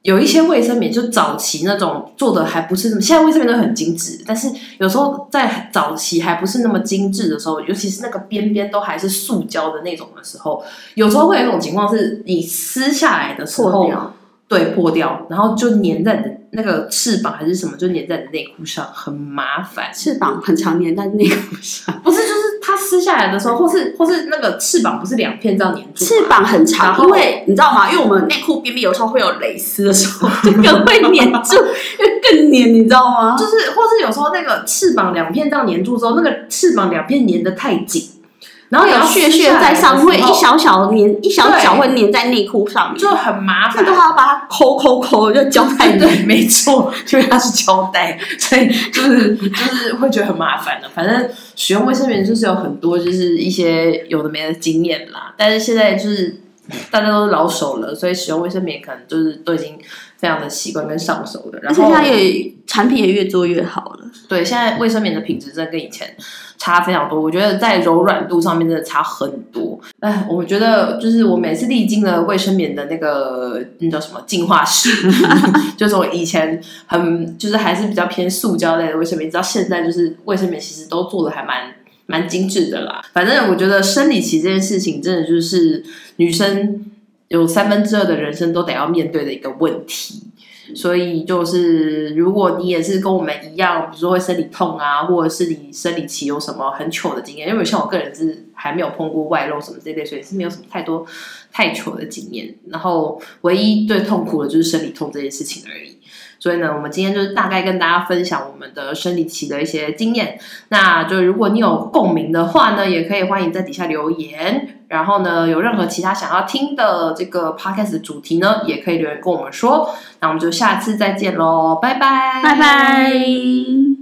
[SPEAKER 2] 有一些卫生棉，就早期那种做的还不是那么，现在卫生棉都很精致，但是有时候在早期还不是那么精致的时候，尤其是那个边边都还是塑胶的那种的时候，有时候会有一种情况是，你撕下来的时候，
[SPEAKER 3] 掉，
[SPEAKER 2] 对，破掉，然后就粘在你的那个翅膀还是什么，就粘在你的内裤上，很麻烦。
[SPEAKER 3] 翅膀很常粘在内裤上，
[SPEAKER 2] 不是，就是它撕下来的时候，或是或是那个翅膀不是两片这样粘住吗，
[SPEAKER 3] 翅膀很
[SPEAKER 2] 然
[SPEAKER 3] 长，
[SPEAKER 2] 后
[SPEAKER 3] 因为你知道吗？因为我们内裤边边有时候会有蕾丝的时候，就更会粘 住，就更粘，你知道吗？
[SPEAKER 2] 就是或是有时候那个翅膀两片这样粘住之后，那个翅膀两片粘的太紧，然后
[SPEAKER 3] 然后有啊屑屑在上
[SPEAKER 2] 面
[SPEAKER 3] 会一小小粘，一小角会粘在内裤上面，
[SPEAKER 2] 就很麻
[SPEAKER 3] 那
[SPEAKER 2] 烦
[SPEAKER 3] 都。还要把它抠抠抠，就胶 带粘
[SPEAKER 2] 对，没 错，因为它是胶带，所以 就是就是会觉得很麻烦的。反正使用卫生棉就是有很多就是一些有的没的经验啦，但是现在就是大家都是老手了，所以使用卫生棉可能就是都已经非常的习惯跟上手的。
[SPEAKER 3] 而
[SPEAKER 2] 然
[SPEAKER 3] 且
[SPEAKER 2] 后
[SPEAKER 3] 现在也产品也越做越好了，
[SPEAKER 2] 对现在卫生棉的品质真的跟以前差非常多，我觉得在柔软度上面真的差很多。哎，我觉得就是我每次历经了卫生棉的那个那叫什么进化史， 就是我以前很就是还是比较偏塑胶类的卫生棉，直到现在就是卫生棉其实都做的还蛮蛮精致的啦。反正我觉得生理期这件事情真的就是女生有三分之二的人生都得要面对的一个问题。所以就是，如果你也是跟我们一样，比如说会生理痛啊，或者是你生理期有什么很糗的经验，因为像我个人是还没有碰过外露什么这类，所以是没有什么太多太糗的经验。然后唯一最痛苦的就是生理痛这件事情而已。所以呢，我们今天就是大概跟大家分享我们的生理期的一些经验。那就如果你有共鸣的话呢，也可以欢迎在底下留言。然后呢，有任何其他想要听的这个 podcast 的主题呢，也可以留言跟我们说。那我们就下次再见喽，拜拜，
[SPEAKER 3] 拜拜。